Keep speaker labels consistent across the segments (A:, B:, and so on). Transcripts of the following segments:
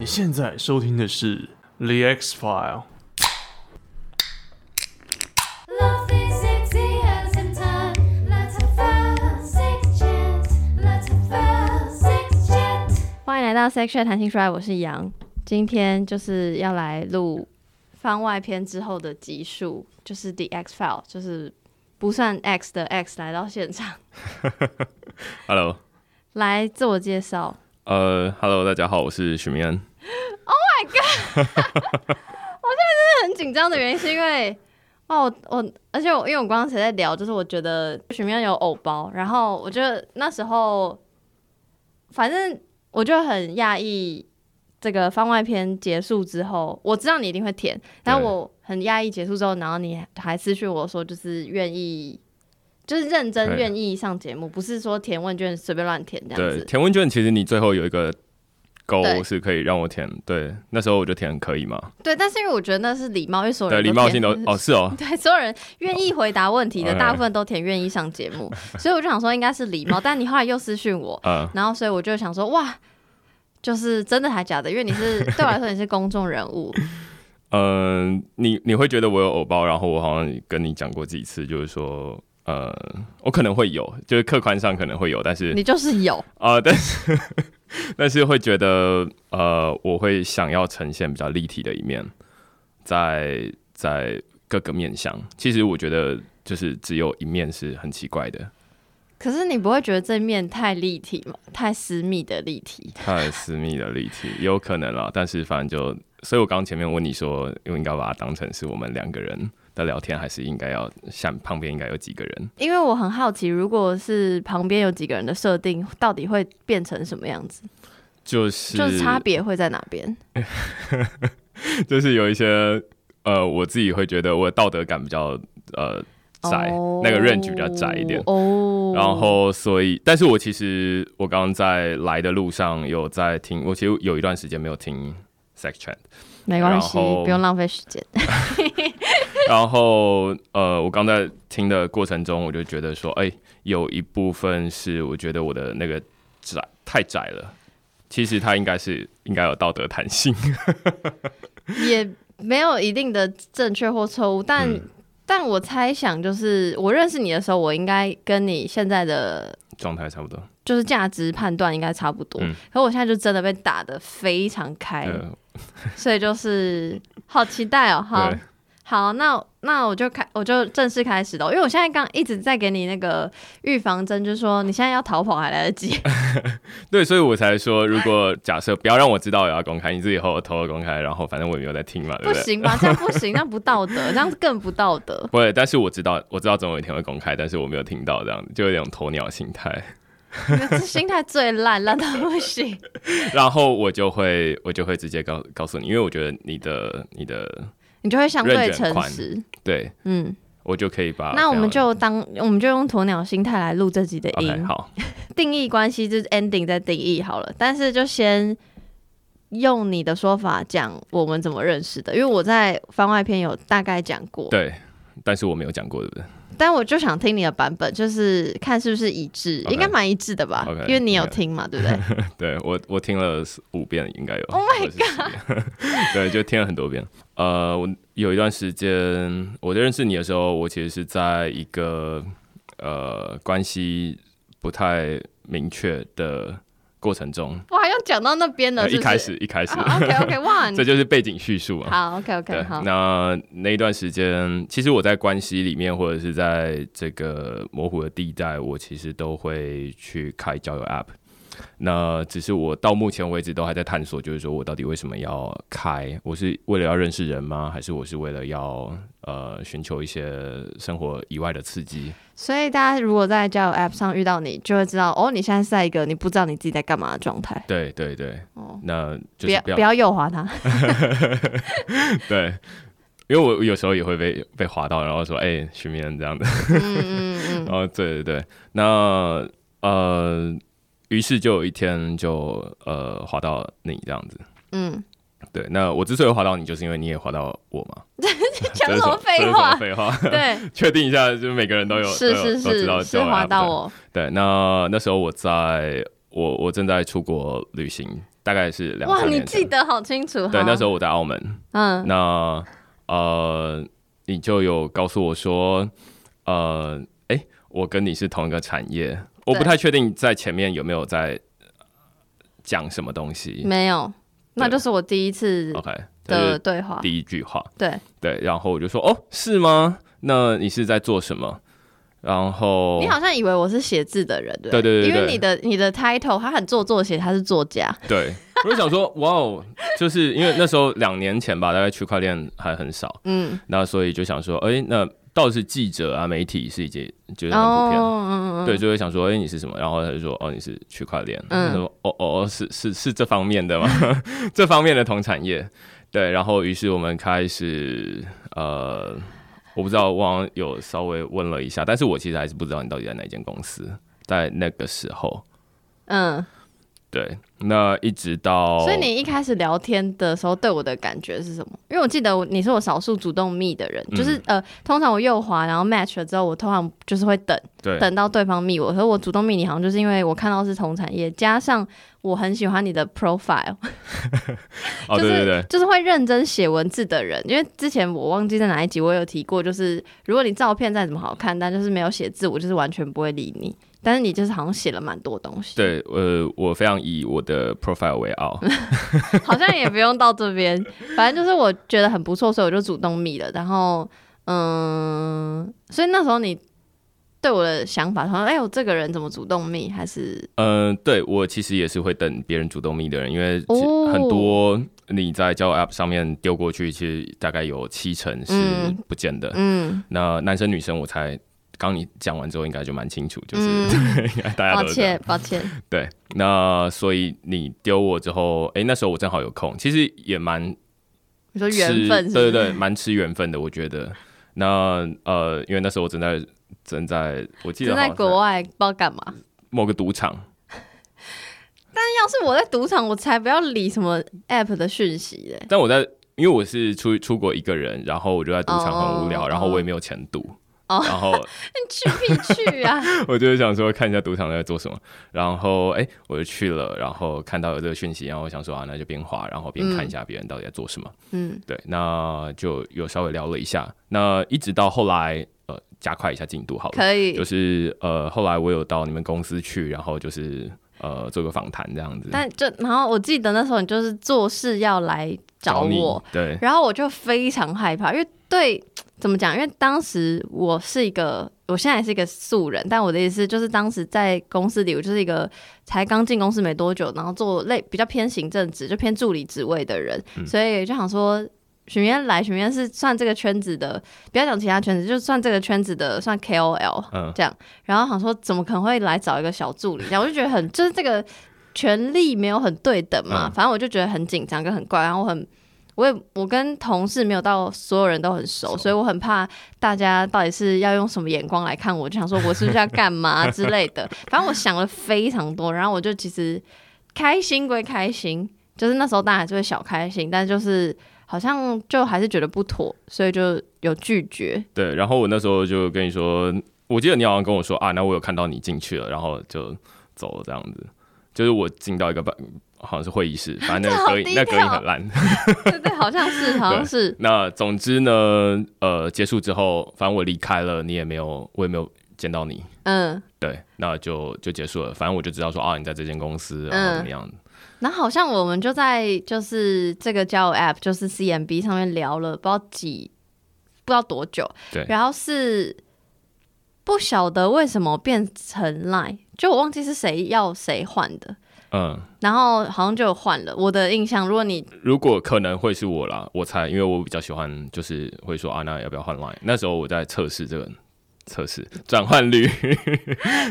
A: 你现在收听的是《The X File》。
B: Love is sexy as in time. Let's have a sex chat. Let's have a sex chat.
C: 欢迎来到 Section 谈情说爱，我是杨。今天就是要来录番外篇之后的集数，就是 The X File，就是不算 X 的 X 来到现场
D: Hello，
C: 来自我介绍。
D: 呃，Hello，大家好，我是许明安。
C: 很紧张的原因是因为，哇，我我，而且我因为我刚刚才在聊，就是我觉得许明有偶包，然后我觉得那时候，反正我就很讶异，这个番外篇结束之后，我知道你一定会填，然后我很讶异结束之后，然后你还私讯我说，就是愿意。就是认真
D: 对
C: 愿意上节目，不是说填问卷随便乱填这样
D: 对，
C: 子。
D: 填问卷其实你最后有一个勾
C: 对
D: 是可以让我填，对，那时候我就填可以嘛。
C: 对，但是因为我觉得那是礼貌，因为所有
D: 对，
C: 人
D: 礼
C: 都
D: 貌
C: 填
D: 性的哦，是哦，
C: 对，所有人愿意回答问题的，
D: 哎
C: 大部分都填愿意上节 目，所以我就想说应该是礼貌，但你后来又私讯我，
D: 呃，
C: 然后所以我就想说哇，就是真的还假的？因为你 是对我来说你是公众人物，
D: 嗯，你你会觉得我有偶包，然后我好像跟你讲过几次，就是说，呃，我可能会有，就是客观上可能会有，但是
C: 你就是有
D: 啊，但是 但是会觉得呃，我会想要呈现比较立体的一面，在在各个面向。其实我觉得就是只有一面是很奇怪的，
C: 可是你不会觉得这面太立体吗？太私密的立体，
D: 太私密的立体也有可能啦。但是反正就，所以我刚前面问你说，应不应该把它当成是我们两个人的聊天，还是应该要像旁边应该有几个人？
C: 因为我很好奇，如果是旁边有几个人的设定，到底会变成什么样子？
D: 就是
C: 就是差别会在哪边？
D: 就是有一些呃，我自己会觉得我的道德感比较呃窄
C: 哦
D: 那个 range 比较窄一点。
C: 哦。
D: 然后，所以，但是我其实我刚刚在来的路上有在听，我其实有一段时间没有听 Sex Chat，
C: 没关系，
D: 然后
C: 不用浪费时间。
D: 然后呃，我刚在听的过程中，我就觉得说，哎、有一部分是我觉得我的那个窄太窄了，其实它应该是应该有道德弹性，
C: 也没有一定的正确或错误，但、
D: 嗯
C: 但我猜想就是，我认识你的时候，我应该跟你现在的
D: 状态差不多。
C: 就是价值判断应该差不多。
D: 嗯
C: 可我现在就真的被打得非常开，
D: 呃，
C: 所以就是好期待哦！好
D: 对，
C: 好，那那我就开，我就正式开始了，因为我现在刚一直在给你那个预防针，就是说你现在要逃跑还来得 及。
D: 对，所以我才说，如果假设不要让我知道我要公开，你自己和我偷偷公开，然后反正我也没有在听嘛，对
C: 不
D: 不对？
C: 行吧？这样不行，这样不道德，这样更不道德。
D: 不会，但是我知道，我知道总有一天会公开，但是我没有听到这样，就有点鸵鸟心态。
C: 你们这心态最烂，烂到不行。
D: 然后我就会，我就会直接告告诉你，因为我觉得你的你的
C: 你就会相对
D: 认
C: 诚
D: 真宽
C: 实。
D: 对
C: 嗯，
D: 我就可以把这样。
C: 那我们就当我们就用鸵鸟心态来录这集的音
D: OK 好，
C: 定义关系就是 ending 再定义好了，但是就先用你的说法讲我们怎么认识的，因为我在番外篇有大概讲过，
D: 对，但是我没有讲过，对不对？
C: 但我就想听你的版本，就是看是不是一致
D: OK
C: 应该蛮一致的吧
D: OK，
C: 因为你有
D: OK
C: 听嘛，对不对？
D: 对我我听了五遍应该有，Oh my god，对， 就听了很多遍。呃，我有一段时间我在认识你的时候，我其实是在一个呃关系不太明确的过程中，
C: 哇，要讲到那边了，
D: 呃
C: 是
D: 一
C: 不
D: 开
C: 是
D: 始一开始，
C: OK OK，哇，
D: 这
C: 你
D: 就是背景叙述嘛。
C: 好 OK
D: 对
C: OK，好，，
D: 那那一段时间，其实我在关系里面，或者是在这个模糊的地带，我其实都会去开交友 App。那只是我到目前为止都还在探索，就是说我到底为什么要开？我是为了要认识人吗？还是我是为了要呃寻求一些生活以外的刺激？
C: 所以大家如果在交友 App 上遇到你，就会知道哦，你现在是在一个你不知道你自己在干嘛的状态。
D: 对对对，
C: 哦，
D: 那
C: 不
D: 就是
C: 要不要右滑他，
D: 对，因为我有时候也会被被划到，然后说哎，徐明恩这样的。
C: 嗯嗯嗯，
D: 哦，对对对，那呃，于是就有一天就呃滑到你这样子。
C: 嗯，
D: 对，那我之所以滑到你，就是因为你也滑到我嘛。
C: 讲
D: 这
C: 什
D: 是
C: 么
D: 这
C: 废
D: 是什么
C: 话？
D: 废话？
C: 对，
D: 确定一下，就是每个人都有
C: 是
D: 都有
C: 是
D: 都知道
C: 是是
D: 交友
C: 滑
D: app
C: 到
D: 的。
C: 我，
D: 对，那那时候我在我我正在出国旅行，大概是两
C: 哇，
D: 三
C: 你
D: 年前
C: 记得好清楚。
D: 对，
C: 好
D: 那时候我在澳门，
C: 嗯，
D: 那呃，你就有告诉我说，呃，哎、我跟你是同一个产业，我不
C: 对
D: 太确定在前面有没有在讲什么东西。
C: 没有，那就是我第一次
D: OK，
C: 嗯
D: 这
C: 的
D: 是
C: 对话。
D: 第一句话。
C: 对，
D: 对，然后我就说，哦，是吗？那你是在做什么？然后
C: 你好像以为我是写字的人，对不
D: 哦对对对对
C: 因为你的你的 title 他很做作写，他是作家，
D: 对，我就想说，哇哦，就是因为那时候两年前吧，大概区块链还很少，
C: 嗯，
D: 那所以就想说，哎、那倒是记者啊、媒体是已经就是很普遍。
C: 哦，嗯嗯嗯，
D: 对，就会想说，哎、你是什么？然后他就说，哦，你是区块链。
C: 嗯
D: 他说，哦哦哦，是是是这方面的吗？ 这方面的同产业。对，然后于是我们开始，呃，我不知道，我好像有稍微问了一下，但是我其实还是不知道你到底在哪间公司，在那个时候。
C: 嗯，
D: 对，那一直到，
C: 所以你一开始聊天的时候对我的感觉是什么？因为我记得我你是我少数主动密的人，
D: 嗯
C: 就是呃，通常我右滑然后 match 了之后，我通常就是会等
D: 对
C: 等到对方密我，可是我主动密你好像就是因为我看到是同产业，加上我很喜欢你的 profile，
D: 哦，
C: 就是
D: 对对对，
C: 就是会认真写文字的人，因为之前我忘记在哪一集我有提过，就是如果你照片再怎么好看，但就是没有写字，我就是完全不会理你。但是你就是好像写了蛮多东西，，
D: 对，呃，我非常以我的 profile 为傲，
C: 好像也不用到这边，反正就是我觉得很不错，所以我就主动密了。然后，嗯，所以那时候你对我的想法，好像哎呦，这个人怎么主动密？还是
D: 嗯，对我其实也是会等别人主动密的人，因为其
C: 哦
D: 很多你在交友 App 上面丢过去，其实大概有七成是
C: 嗯
D: 不见的。
C: 嗯，
D: 那男生女生，我才刚你讲完之后，应该就蛮清楚，就是、 应该大家
C: 嗯抱
D: 都是这样
C: 歉，抱歉，
D: 对。那所以你丢我之后，哎、那时候我正好有空，其实也蛮
C: 你说
D: 吃
C: 缘分是不
D: 对
C: 是
D: 对对，蛮吃缘分的，我觉得。那呃，因为那时候我正在正在，我记得
C: 正在
D: 好像
C: 国外不知道干嘛。
D: 某个赌场，
C: 要是我在赌场，我才不要理什么 app 的讯息嘞、
D: 但我在，因为我是出出国一个人，然后我就在赌场很无聊
C: 哦
D: 然后我也没有钱赌
C: 哦
D: 然后
C: 你去必去啊！
D: 我就是想说看一下赌场在做什么，然后哎、我就去了，然后看到有这个讯息，然后我想说啊，那就边滑，然后边看一下别人到底在做什么。
C: 嗯
D: 对，那就有稍微聊了一下，那一直到后来呃，加快一下进度好了，
C: 可以
D: 哦就，是呃，后来我有到你们公司去，然后就是呃，做个访谈这样子，
C: 但就然后我记得那时候你就是做事要来找
D: 你
C: 我，，
D: 对
C: 然后我就非常害怕，因为对怎么讲？因为当时我是一个，我现在也是一个素人，但我的意思就是，当时在公司里，我就是一个才刚进公司没多久，然后做类比较偏行政职，就偏助理职位的人，
D: 嗯
C: 所以就想说。许渊来，许渊是算这个圈子的，不要讲其他圈子，就是算这个圈子的算 KOL，
D: 嗯
C: 这样。然后想说，怎么可能会来找一个小助理？这样我就觉得很，就是这个权力没有很对等嘛。
D: 嗯
C: 反正我就觉得很紧张跟很怪，然后我很，我也我跟同事没有到所有人都很熟，
D: 熟
C: 所以我很怕大家到底是要用什么眼光来看我，就想说我是不是要干嘛之类的。反正我想了非常多，然后我就其实开心归开心，就是那时候当然还是会小开心，但就是好像就还是觉得不妥，所以就有拒绝。
D: 对，然后我那时候就跟你说，我记得你好像跟我说啊，那我有看到你进去了，然后就走了这样子。就是我进到一个办，好像是会议室，反正那
C: 这
D: 个
C: 好
D: 隔音
C: 低
D: 那隔音
C: 调
D: 很烂。
C: 对对，好像是，好像是。
D: 那总之呢，呃，结束之后，反正我离开了，你也没有，我也没有见到你。
C: 嗯，
D: 对，那就就结束了。反正我就知道说啊，你在这间公司，然后怎
C: 嗯
D: 么样？
C: 然后好像我们就在就是这个交友 App，就是 CMB 上面聊了不知道几不知道多久，
D: 对
C: 然后是不晓得为什么变成 Line，就我忘记是谁要谁换的，
D: 嗯，
C: 然后好像就换了。我的印象，如果你
D: 如果可能会是我啦，我猜，因为我比较喜欢，就是会说啊，那要不要换 line？那时候我在测试这个测试转换率。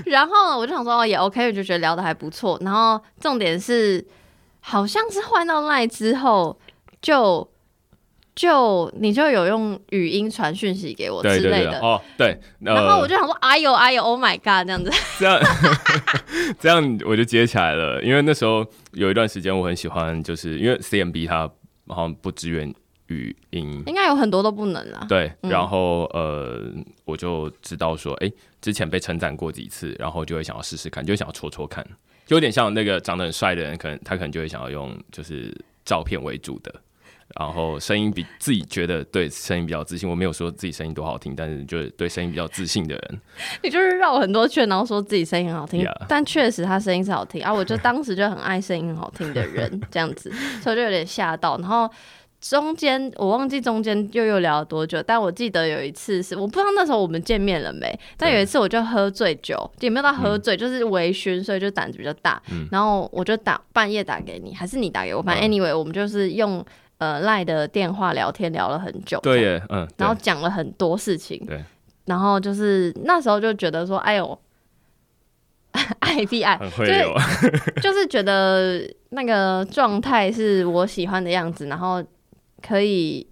C: 然后我就想说哦也 OK，我就觉得聊得还不错。然后重点是，好像是换到 Line 之后，就就你就有用语音传讯息给我之
D: 对对
C: 类
D: 对，
C: 的。
D: 哦，对，呃、
C: 然后我就想说，哎呦哎呦，Oh my god，这样子，
D: 这样， 这样我就接起来了，因为那时候有一段时间我很喜欢，就是因为 CMB 它好像不支援语音，
C: 应该有很多都不能啦。
D: 对，
C: 哎嗯
D: 然后呃，我就知道说，哎、之前被称赞过几次，然后就会想要试试看，就会想要戳戳看，就有点像那个长得很帅的人，可能他可能就会想要用就是照片为主的，然后声音比自己觉得对声音比较自信。我没有说自己声音多好听，但是就是对声音比较自信的人，
C: 你就是绕很多圈，然后说自己声音很好听
D: Yeah
C: 但确实他声音是好听啊，我就当时就很爱声音很好听的 人这样子，所以我就有点吓到。然后中间我忘记中间又又聊了多久，但我记得有一次是我不知道那时候我们见面了没，但有一次我就喝醉酒，也没有到喝
D: 嗯
C: 醉，就是微醺，所以就胆子比较大。然后我就打半夜打给你，还是你打给我，反
D: 嗯
C: 正 anyway 我们就是用呃赖的电话聊天聊了很久。
D: 对耶，嗯，对
C: 然后讲了很多事情，
D: 对，
C: 然后就是那时候就觉得说，哎呦， 爱必 爱，
D: 很会有，
C: 就是觉得那个状态是我喜欢的样子，然后可以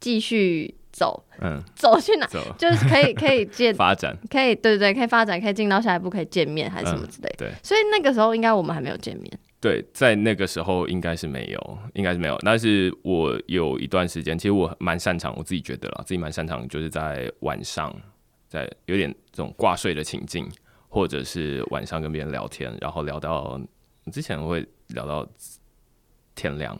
C: 继续走，
D: 嗯，
C: 走去哪，
D: 走
C: 就是可以可以见，
D: 发展，
C: 可以对对对，可以发展，可以进到下一步，可以见面还是什么之类的。
D: 对。
C: 所以那个时候应该我们还没有见面，
D: 对，在那个时候应该是没有，应该是没有。但是我有一段时间，其实我蛮擅长，我自己觉得啦，自己蛮擅长，就是在晚上，在有点这种挂睡的情境，或者是晚上跟别人聊天，然后聊到之前会聊到天亮，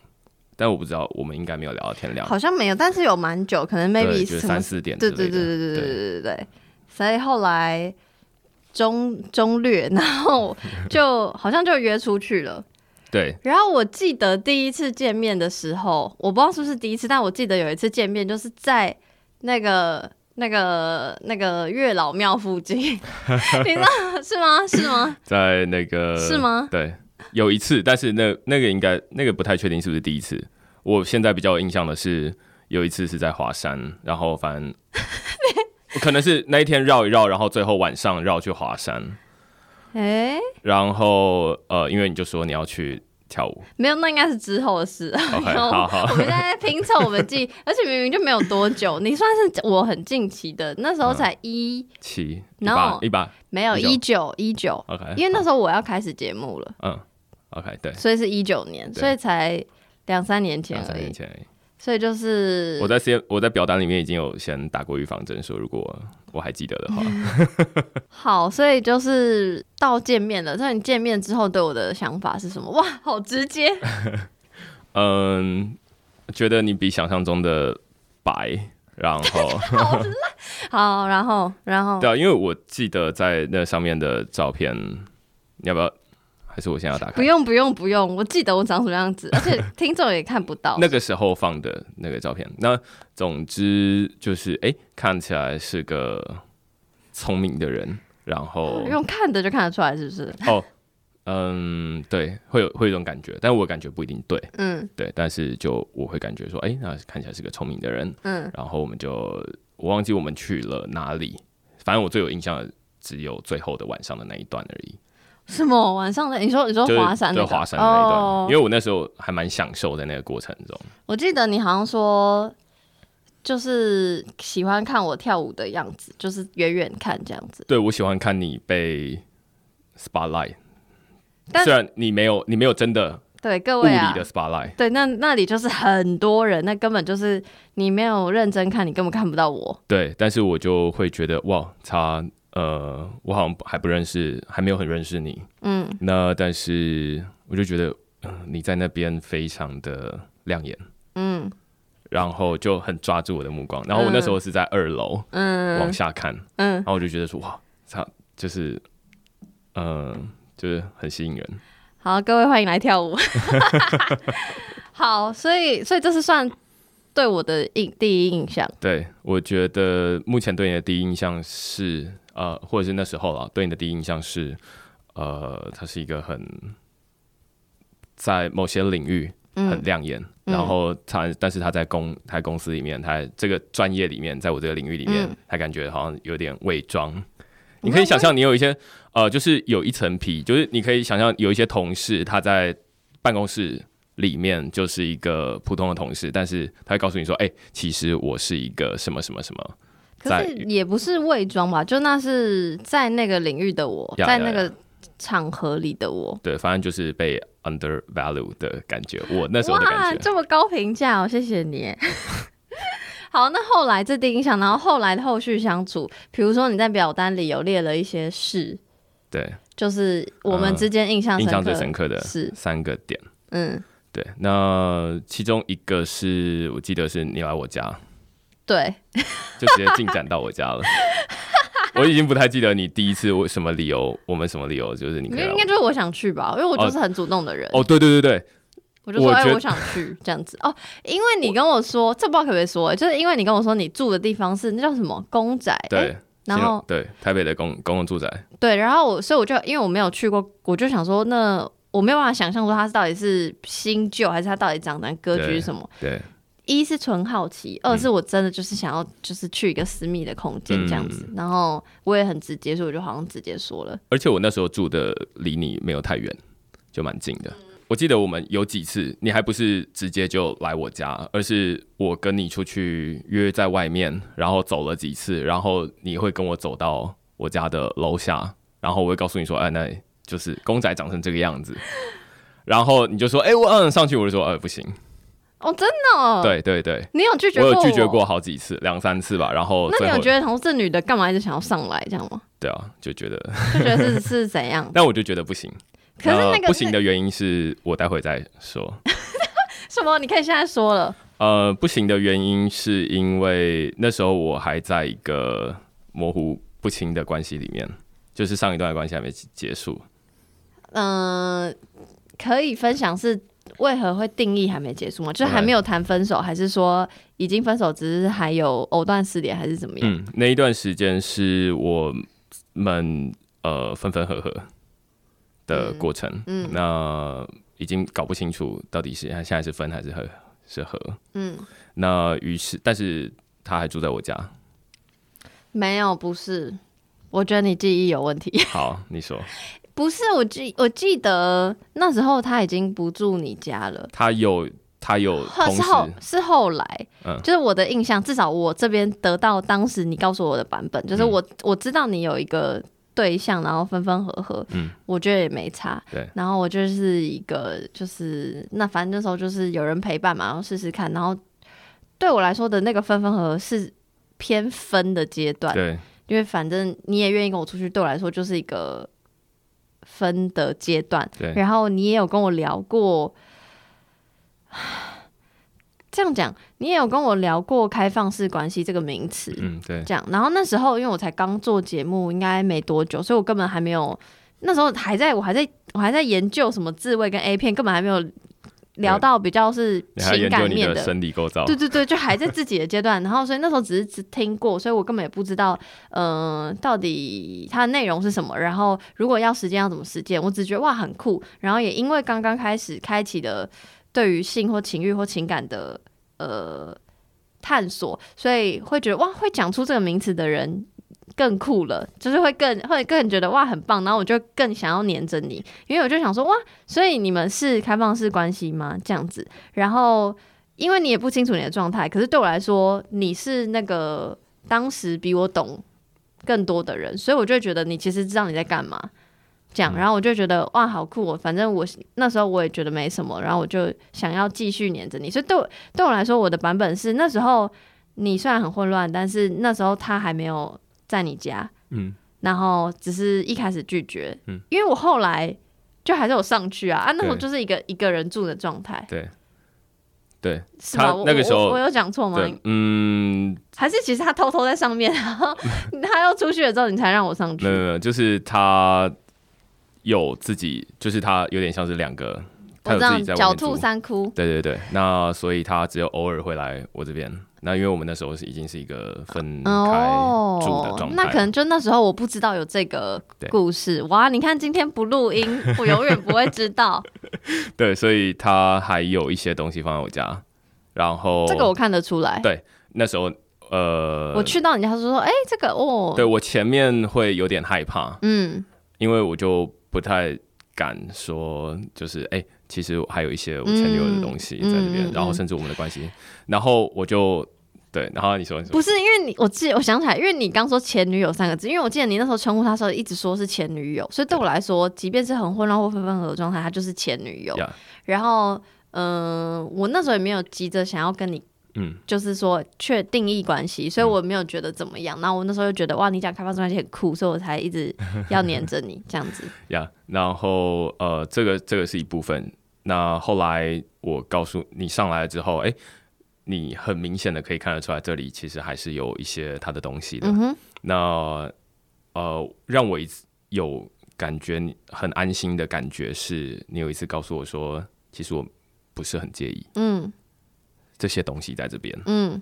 D: 但我不知道，我们应该没有聊到天亮，
C: 好像没有，但是有蛮久，可能 maybe
D: 对，就是
C: 什
D: 三
C: 么
D: 四点之
C: 对
D: 类的，
C: 对对对对对对对。所以后来中中略，然后就好像就约出去了。
D: 对
C: 然后我记得第一次见面的时候，我不知道是不是第一次，但我记得有一次见面就是在那个那个那个月老庙附近，你知道是吗？是吗？
D: 在那个
C: 是吗？
D: 对，有一次，但是那那个应该那个不太确定是不是第一次。我现在比较有印象的是有一次是在华山，然后反正可能是那一天绕一绕，然后最后晚上绕去华山，
C: 哎、
D: 然后呃，因为你就说你要去跳舞，
C: 没有，那应该是之后的事。
D: OK，
C: 然后
D: 好好
C: 我们现在在拼凑我们记忆，而且明明就没有多久，你算是我很近期的，那时候才一、
D: 七一
C: No
D: 八一八
C: 没有一九一九，
D: ，OK，
C: 因为那时候我要开始节目了，
D: 嗯，OK，对，
C: 所以是一九年，
D: 对
C: 所以才两三年前
D: 两三
C: 而
D: 年
C: 已。
D: 前而已。
C: 所以就是
D: 我在先我在表单里面已经有先打过预防针，说如果我还记得的话，
C: 好，所以就是到见面了。所以你见面之后对我的想法是什么？哇，好直 接，
D: 嗯，觉得你比想象中的白，然后。
C: 好，然后然后
D: 对啊，因为我记得在那上面的照片，你要不要？还是我现在要打开？
C: 不用不用不用，我记得我长什么样子，而且听众也看不到。
D: 那个时候放的那个照片。那总之就是，哎、看起来是个聪明的人，然后
C: 用看的就看得出来，是不是？
D: 哦，嗯，对，会有会有一种感觉，但我感觉不一定对，
C: 嗯
D: 对，但是就我会感觉说，哎、那看起来是个聪明的人。
C: 嗯，
D: 然后我们就我忘记我们去了哪里，反正我最有印象的只有最后的晚上的那一段而已。
C: 什么晚上的？你说你说
D: 就是
C: 哦华山
D: 对
C: 那个
D: 华山的那一段，
C: 哦
D: 因为我那时候还蛮享受在那个过程中。
C: 我记得你好像说，就是喜欢看我跳舞的样子，就是远远看这样子。
D: 对我喜欢看你被 spotlight，
C: 但
D: 虽然你没有你没有真的
C: 对各
D: 物
C: 位
D: 理
C: 啊
D: 的，spotlight，、
C: 对，那那里就是很多人，那根本就是你没有认真看，你根本看不到我。
D: 对，但是我就会觉得哇，他呃，我好像还不认识，还没有很认识你。
C: 嗯，
D: 那但是我就觉得，嗯、你在那边非常的亮眼，
C: 嗯
D: 然后就很抓住我的目光。然后我那时候是在二楼、往
C: 嗯
D: 下看，
C: 嗯
D: 然，后我就觉得说哇，他就是，嗯、就是很吸引人。
C: 好，各位欢迎来跳 舞。好，所以所以这是算对我的印第一印象。
D: 对我觉得目前对你的第一印象是，呃，或者是那时候啦，对你的第一印象是，呃，他是一个很在某些领域
C: 嗯
D: 很亮眼，然后他但是他在公他在公司里面，他这个专业里面，在我这个领域里面，
C: 嗯
D: 他感觉好像有点伪装。你可以想象，你有一些呃，就是有一层皮，就是你可以想象有一些同事他在办公室里面就是一个普通的同事，但是他会告诉你说，哎、其实我是一个什么什么什么，
C: 可
D: 在
C: 是也不是伪装吧，就那是在那个领域的我，
D: 呀
C: 在
D: 呀
C: 那
D: 呀
C: 个场合里的我。
D: 对，反正就是被 undervalue 的感觉，我那时候的
C: 哇，
D: 感觉，
C: 这么高评价哦，谢谢你。 好，那后来这第一印象，然后后来的后续相处，比如说你在表单里有列了一些事，
D: 对，
C: 就是我们之间印象
D: 嗯印
C: 深刻，
D: 象最深刻的
C: 是
D: 三个点。
C: 嗯，
D: 对，那其中一个是我记得是你来我家，
C: 对，
D: 就直接进展到我家了。 我已经不太记得你第一次我什么理由，我们什么理由，就是你可以来
C: 应
D: 我
C: 该就是我想去吧，因为我就是很主动的人，
D: 哦，对对对对，
C: 我就说
D: 我
C: 哎
D: 觉，
C: 我想去这样子哦，因为你跟我说，这不知道可不可以说，就是因为你跟我说你住的地方是那叫什么公宅，
D: 对，
C: 哎然
D: 形容
C: 后
D: 对台北的公公共住宅，
C: 对，然后我所以我就因为我没有去过，我就想说那。我没有办法想象说它是到底是新旧，还是它到底长得格局
D: 对
C: 是什么。
D: 对，嗯
C: 一是纯好奇，二是我真的就是想要就是去一个私密的空间这样子。
D: 嗯
C: 然后我也很直接，所以我就好像直接说了。
D: 而且我那时候住的离你没有太远，就蛮近的。我记得我们有几次，你还不是直接就来我家，而是我跟你出去约在外面，然后走了几次，然后你会跟我走到我家的楼下，然后我会告诉你说，哎，那就是公仔长成这个 样子。然后你就说，哎、我嗯上去，我就说，呃，不行。
C: 哦，真的、哦？，
D: 对对对，
C: 你有拒绝
D: 我
C: 过
D: 有拒绝过好几次，两三次吧。然后
C: 那
D: 最
C: 你
D: 后
C: 有觉得同事女的干嘛一直想要上来这样吗？
D: 对啊，就觉得，？
C: 就觉得是是怎样
D: 但我就觉得不行。
C: 可是那
D: 呃
C: 个
D: 不行的原因是我待会再说。
C: 什么？你可以现在说了。
D: 呃，不行的原因是因为那时候我还在一个模糊不清的关系里面，就是上一段的关系还没结束。
C: 嗯、可以分享是为何会定义还没结束吗？就是还没有谈分手，还是说已经分手，只是还有藕断丝连，还是怎么样？
D: 嗯，那一段时间是我们呃分分合合的过程。嗯，那已经搞不清楚到底是现在是分还是合是合。
C: 嗯，
D: 那于是，但是他还住在我家。
C: 没有，不是。我觉得你记忆有问题。
D: 好，你说
C: 不是，我记我记得那时候他已经不住你家了。
D: 他有他有
C: 后
D: 同
C: 是
D: 时
C: 后是后来，
D: 嗯
C: 就是我的印象，至少我这边得到当时你告诉我的版本，就是
D: 嗯
C: 我、我知道你有一个对象，然后分分合合，
D: 嗯
C: 我觉得也没差，
D: 对
C: 然后我就是一个就是那反正那时候就是有人陪伴嘛，然后试试看，然后对我来说的那个分分合合是偏分的阶段，
D: 对
C: 因为反正你也愿意跟我出去，对我来说就是一个分的阶段。
D: 对
C: 然后你也有跟我聊过， 这样讲，你也有跟我聊过开放式关系这个名词。
D: 嗯对
C: 这样，然后那时候因为我才刚做节目，应该没多久，所以我根本还没有，那时候还在我还在我还在研究什么自慰跟 A 片，根本还没有聊到比较是
D: 你还
C: 情
D: 研究
C: 感
D: 你
C: 面
D: 的生理构造，
C: 对对对，就还在自己的阶段，然后所以那时候只是只听过，所以我根本也不知道，嗯、到底它的内容是什么。然后如果要实践要怎么实践，我只觉得哇很酷。然后也因为刚刚开始开启的对于性或情欲或情感的呃探索，所以会觉得哇会讲出这个名词的人。更酷了，就是会更会更觉得哇很棒，然后我就更想要黏着你，因为我就想说哇，所以你们是开放式关系吗？这样子，然后因为你也不清楚你的状态，可是对我来说，你是那个当时比我懂更多的人，所以我就会觉得你其实知道你在干嘛。这
D: 嗯
C: 样，然后我就觉得哇，好酷、哦！反正我那时候我也觉得没什么，然后我就想要继续黏着你。所以对我对我来说，我的版本是那时候你虽然很混乱，但是那时候他还没有在你家，
D: 嗯，
C: 然后只是一开始拒绝，
D: 嗯，
C: 因为我后来就还是有上去啊，啊，那时候
D: 对
C: 就是一个一个人住的状态，
D: 对，对，
C: 是
D: 他
C: 吗？我
D: 那个
C: 我
D: 时候
C: 我有讲错吗？
D: 对，嗯，
C: 还是其实他偷偷在上面，然后 他要出去了之后，你才让我上去
D: 没有？没有，就是他有自己，就是他有点像是两个，
C: 我
D: 他
C: 这
D: 有自
C: 样
D: 己在外
C: 狡
D: 面
C: 兔
D: 住。
C: 三窟，
D: 对对对，那所以他只有偶尔会来我这边。那因为我们那时候是已经是一个分嗯开
C: 哦
D: 住的状态，
C: 那可能就那时候我不知道有这个
D: 对
C: 故事哇！你看今天不录 音，我永远不会知道
D: 对，所以他还有一些东西放在我家，然后
C: 这个我看得出来。
D: 哦对那时候呃，
C: 我去到你家就说，哎，这个哦，
D: 对我前面会有点害怕，
C: 嗯，
D: 因为我就不太敢说，就是哎、其实还有一些我前女友的东西在这边，
C: 嗯嗯嗯
D: 然后甚至我们的关系，然后我就对，然后你说你说
C: 不是因为你，我记我想起来，因为你刚说前女友三个字，因为我记得你那时候称呼她的时候一直说是前女友，所以对我来说，即便是很混乱或分分合合的状态，她就是前女友。
D: 呀
C: 呃然后，嗯、我那时候也没有急着想要跟你
D: 嗯，
C: 就是说确定义关系，所以我没有觉得怎么样。然后我那时候就觉得哇，你讲开放式关系很酷，所以我才一直要黏着你这 样子。
D: 呀、然后呃，这个这个是一部分。那后来我告诉你上来之后，哎，你很明显的可以看得出来，这里其实还是有一些它的东西的。
C: 嗯哼，
D: 那呃，让我一次有感觉你很安心的感觉是，你有一次告诉我说，其实我不是很介意
C: 嗯
D: 这些东西在这边，
C: 嗯，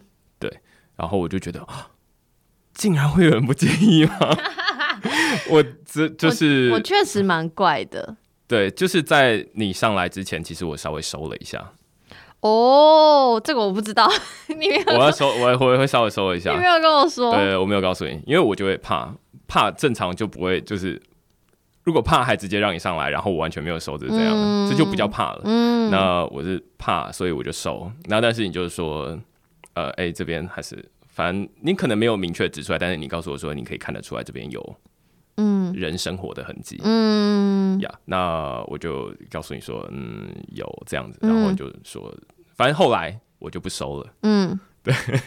D: 然后我就觉得，啊竟然会有人不介意吗？ 我这就是
C: 我确实蛮怪的
D: 对，就是在你上来之前，其实我稍微收了一下，
C: 哦，这个我不知道，你 没有
D: 我要收，我会会稍微收了一下
C: 你没。有跟我说，
D: 对，我没有告诉你，因为我就会怕，怕正常就不会就是，如果怕还直接让你上来，然后我完全没有收，这是这样的，
C: 嗯
D: 这就不叫怕了。
C: 嗯，
D: 那我是怕，所以我就收。那但是你就是说，呃，哎、这边还是反正你可能没有明确指出来，但是你告诉我说你可以看得出来这边有
C: 嗯
D: 人生活的痕迹。
C: 嗯
D: 呀那我就告诉你说，嗯，有这样子，然后就说，反正后来我就不收了，
C: 嗯，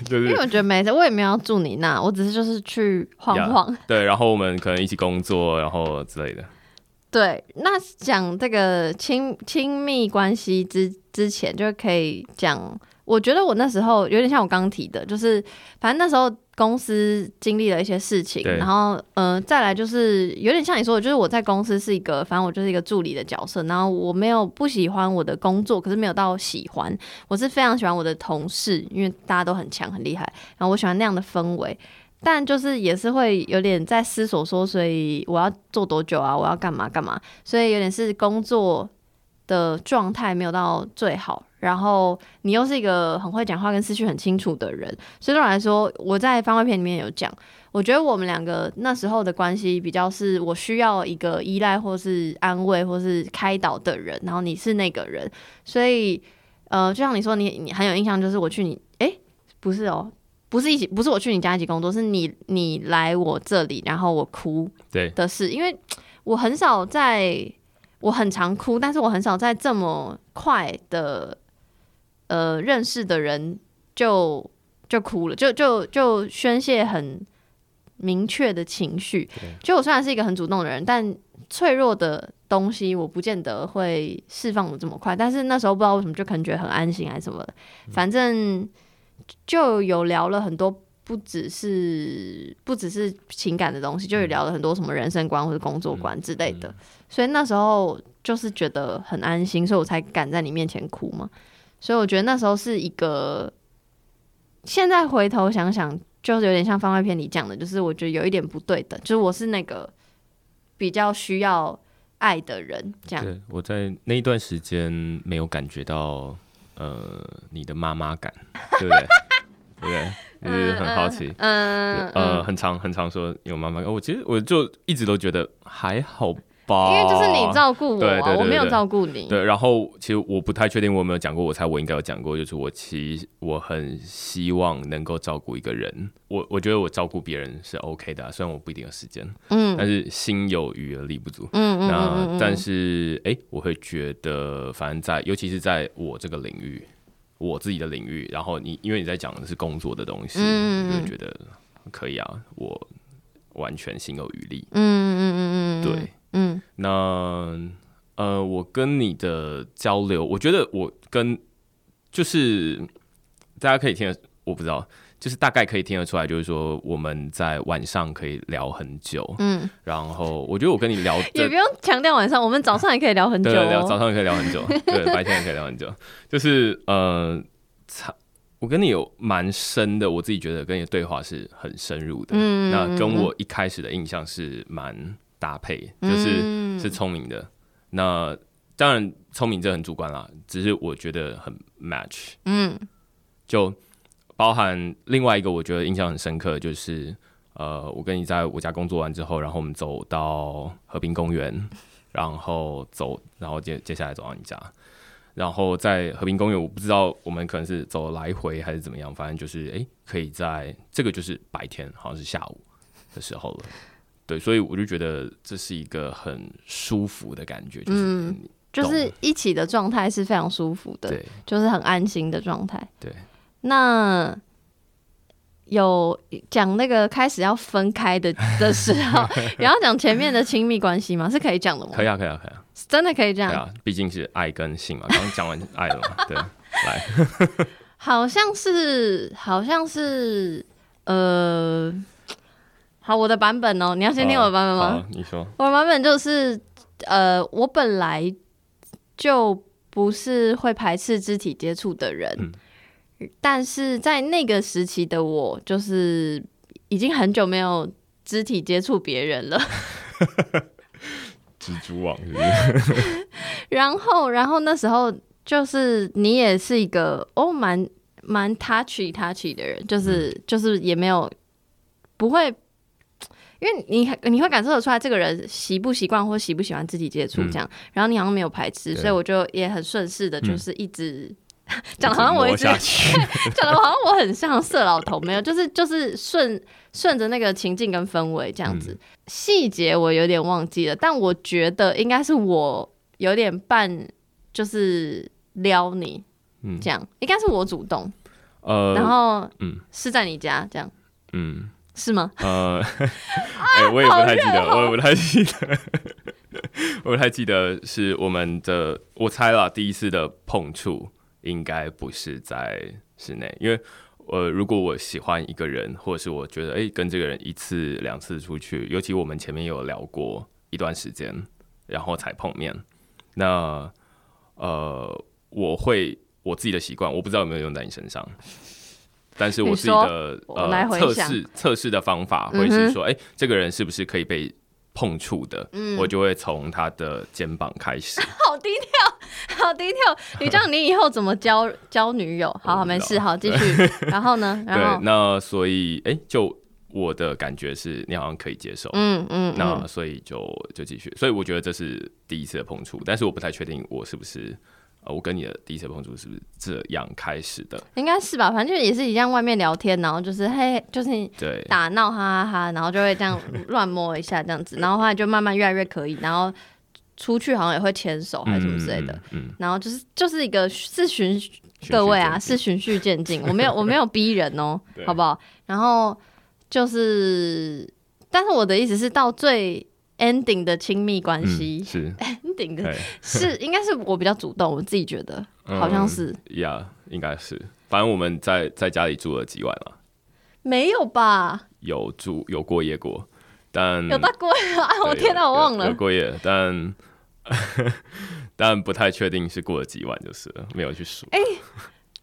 D: 就
C: 因为
D: 是
C: 我觉得没事，我也没有要住你那，我只是就是去晃晃。
D: 对，然后我们可能一起工作，然后之类的，
C: 对，那讲这个亲亲密关系之之前，就可以讲。我觉得我那时候有点像我刚刚提的，就是反正那时候公司经历了一些事情，
D: 对
C: 然后呃，再来就是有点像你说的，就是我在公司是一个，反正我就是一个助理的角色，然后我没有不喜欢我的工作，可是没有到喜欢，我是非常喜欢我的同事，因为大家都很强很厉害，然后我喜欢那样的氛围，但就是也是会有点在思索说，所以我要做多久啊？我要干嘛干嘛？所以有点是工作的状态没有到最好，然后你又是一个很会讲话跟思绪很清楚的人，所以对我来说，我在番外篇里面有讲，我觉得我们两个那时候的关系比较是我需要一个依赖或是安慰或是开导的人，然后你是那个人，所以呃，就像你说，你你很有印象，就是我去你诶，不是哦， 不是一起，不是我去你家一起工作，是你你来我这里，然后我哭
D: 对，
C: 的事，因为我很少在，我很常哭，但是我很少在这么快的呃认识的人就就哭了，就就就宣泄很明确的情绪。就我虽然是一个很主动的人，但脆弱的东西我不见得会释放的这么快。但是那时候不知道为什么，就可能觉得很安心还是什么的，反正就有聊了很多。不只是不只是情感的东西，就有聊了很多什么人生观或者工作观之类
D: 嗯
C: 的，所以那时候就是觉得很安心，所以我才敢在你面前哭嘛。所以我觉得那时候是一个，现在回头想想，就是有点像番外篇里讲的，就是我觉得有一点不对等，就是我是那个比较需要爱的人，这样。
D: 对，我在那一段时间没有感觉到呃你的妈妈感，对不 对？对不对？就是很好奇，
C: 嗯，
D: 呃，很常很常说有妈妈感，我其实我就一直都觉得还好
C: 因
D: 吧，
C: 为就是你照顾我、啊，
D: 哦对对对对
C: 我没有照顾你。
D: 对，然后其实我不太确定我有没有讲过，我猜我应该有讲过，就是我其我很希望能够照顾一个人，我我觉得我照顾别人是 OK 的啊、虽然我不一定有时间，
C: 嗯
D: 但是心有余而力不足。
C: 嗯嗯嗯
D: 那但是哎、诶我会觉得，反正在尤其是在我这个领域，我自己的领域，然后你因为你在讲的是工作的东西，
C: 嗯嗯嗯
D: 你就会觉得可以啊，我完全心有余力。
C: 嗯嗯嗯嗯，嗯
D: 对，，
C: 嗯
D: 那呃，我跟你的交流，我觉得我跟就是大家可以听得，我不知道，就是大概可以听得出来，就是说我们在晚上可以聊很久，
C: 嗯，
D: 然后我觉得我跟你聊
C: 也
D: 这
C: 不用强调晚上，我们早上也可以聊很久、
D: 对聊
C: 哦。
D: 早上也可以 聊很久，对，白天也可以聊很久，就是呃，差我跟你有蛮深的，我自己觉得跟你的对话是很深入的，
C: 嗯
D: 那跟我一开始的印象是蛮搭配，就是。
C: 嗯
D: 是聪明的。那当然，聪明这很主观啦，只是我觉得很 match。
C: 嗯
D: 就包含另外一个，我觉得印象很深刻，就是呃，我跟你在我家工作完之后，然后我们走到和平公园，然后走，然后接接下来走到你家，然后在和平公园，我不知道我们可能是走来回还是怎么样，反正就是诶，可以在这个就是白天，好像是下午的时候了。对，所以我就觉得这是一个很舒服的感觉，就是、
C: 嗯就是一起的状态是非常舒服的，
D: 对
C: 就是很安心的状态。
D: 对，
C: 那有讲那个开始要分开的的时 候，然后讲前面的亲密关系吗？是可以讲的吗？
D: 可以啊，可以啊，可以啊，
C: 是真的可以这样
D: 可以，啊，毕竟是爱跟性嘛，刚刚讲完爱了嘛，对，来，
C: 好像是，好像是，呃，好，我的版本哦，你要先听我的版本吗？
D: 好，你说，
C: 我的版本就是，呃，我本来就不是会排斥肢体接触的人，但是在那个时期的我，就是已经很久没有肢体接触别人了。
D: 蜘蛛网是不是？
C: 然后，然后那时候就是你也是一个哦，蛮蛮 touchy touchy 的人，就是、
D: 嗯
C: 就是也没有不会，因为你你会感受得出来这个人习不习惯或喜不喜欢肢体接触
D: 嗯
C: 这样，然后你好像没有排斥，
D: 对嗯
C: 所以我就也很顺势的，就是一直。 讲 的好像我一
D: 摸
C: 直
D: 下去，
C: 讲的好像我很像色老头，没有，就是就是顺顺着那个情境跟氛围这样
D: 嗯
C: 子，细节我有点忘记了，但我觉得应该是我有点半就是撩你
D: 嗯
C: 这样，应该是我主动，然
D: 呃，
C: 后
D: 嗯
C: 是在你家这样
D: 嗯
C: 是吗？
D: 呃，哎，我也不太记得，
C: 哦
D: 我也不太记得，我不太记得是我们的，我猜啦，第一次的碰触应该不是在室内，因为。呃，如果我喜欢一个人，或者是我觉得哎、跟这个人一次两次出去，尤其我们前面有聊过一段时间，然后才碰面，那呃，我会我自己的习惯，我不知道有没有用在你身上，但是我自己的
C: 你说我来
D: 呃
C: 回
D: 测
C: 想
D: 试测试的方法
C: 嗯
D: 会是说，哎、这个人是不是可以被碰触的？
C: 嗯
D: 我就会从他的肩膀开始。
C: 好低调，好低调，你这样你以后怎么交交女 友？好好没事，好继续。然后呢？
D: 哦 对
C: 然，后
D: 那所以哎、就我的感觉是你好像可以接受，
C: 嗯嗯嗯，
D: 那所以就就继续。所以我觉得这是第一次的碰触，但是我不太确定我是不是呃，我跟你的第一次碰触是不是这样开始的？
C: 应该是吧，反正也是一样，外面聊天，然后就是嘿，就是你
D: 对，
C: 打闹哈哈哈，然后就会这样乱摸一下这样 子，然后后来就慢慢越来越可以，然后出去好像也会牵手还是什么之类的，
D: 嗯，嗯，
C: 然后就是就是一个是循
D: 嗯
C: 各位啊
D: 循序渐进
C: 是循序渐进，我 没有我没有逼人哦
D: 对，
C: 好不好？然后就是，但是我的意思是到最 ending 的亲密关系
D: 嗯、、是，哎
C: ending 的
D: 对，嗯
C: 是应该是我比较主动，我自己觉得好像是、
D: 呀应该是，反正我们在在家里住了几晚了，
C: 没有吧？
D: 有住有过夜过，但
C: 有大过啊！我
D: 对
C: 天哪，
D: 有
C: 我忘
D: 有
C: 了
D: 有。过夜，但 但不太确定是过了几晚，就是了没有去数。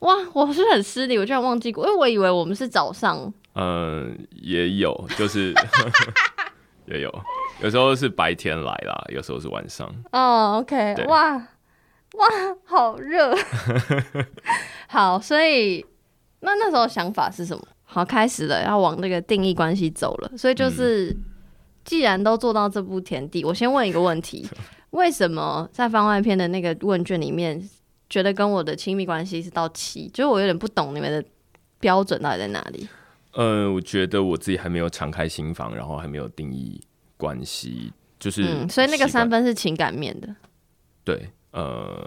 C: 哇，我是很失礼，我居然忘记过，因为我以为我们是早上。
D: 嗯，也有，就是 也有，有时候是白天来啦，有时候是晚上。
C: 哦，OK，
D: 对
C: 哇哇，好 热。好，所以那那时候想法是什么？好，开始了，要往那个定义关系走了。所以就是，
D: 嗯
C: 既然都做到这步田地，我先问一个问 题：为什么在番外篇的那个问卷里面，觉得跟我的亲密关系是到七？就是我有点不懂你们的标准到底在哪里。
D: 呃，我觉得我自己还没有敞开心房，然后还没有定义关系，就是习惯、
C: 嗯，所以那个三分是情感面的。
D: 对，呃，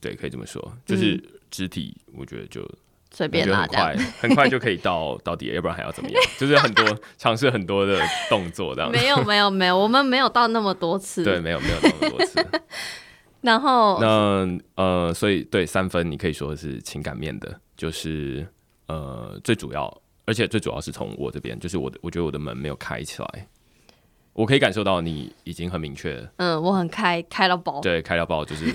D: 对，可以这么说，就是肢体，我觉得就
C: 嗯随
D: 我
C: 便
D: 觉得
C: 啦，
D: 很
C: 这样
D: 快，很快就可以到 到底，要不然还要怎么样？就是很多尝试很多的动作这样。
C: 没有没有没有，我们没有到那么多次。
D: 对，，没有没有那么多次。
C: 然后
D: 那呃，所以对三分，你可以说是情感面的，就是呃最主要，而且最主要是从我这边，就是我的，我觉得我的门没有开起来，我可以感受到你已经很明确，
C: 嗯，我很开开到爆。
D: 对，开到爆就是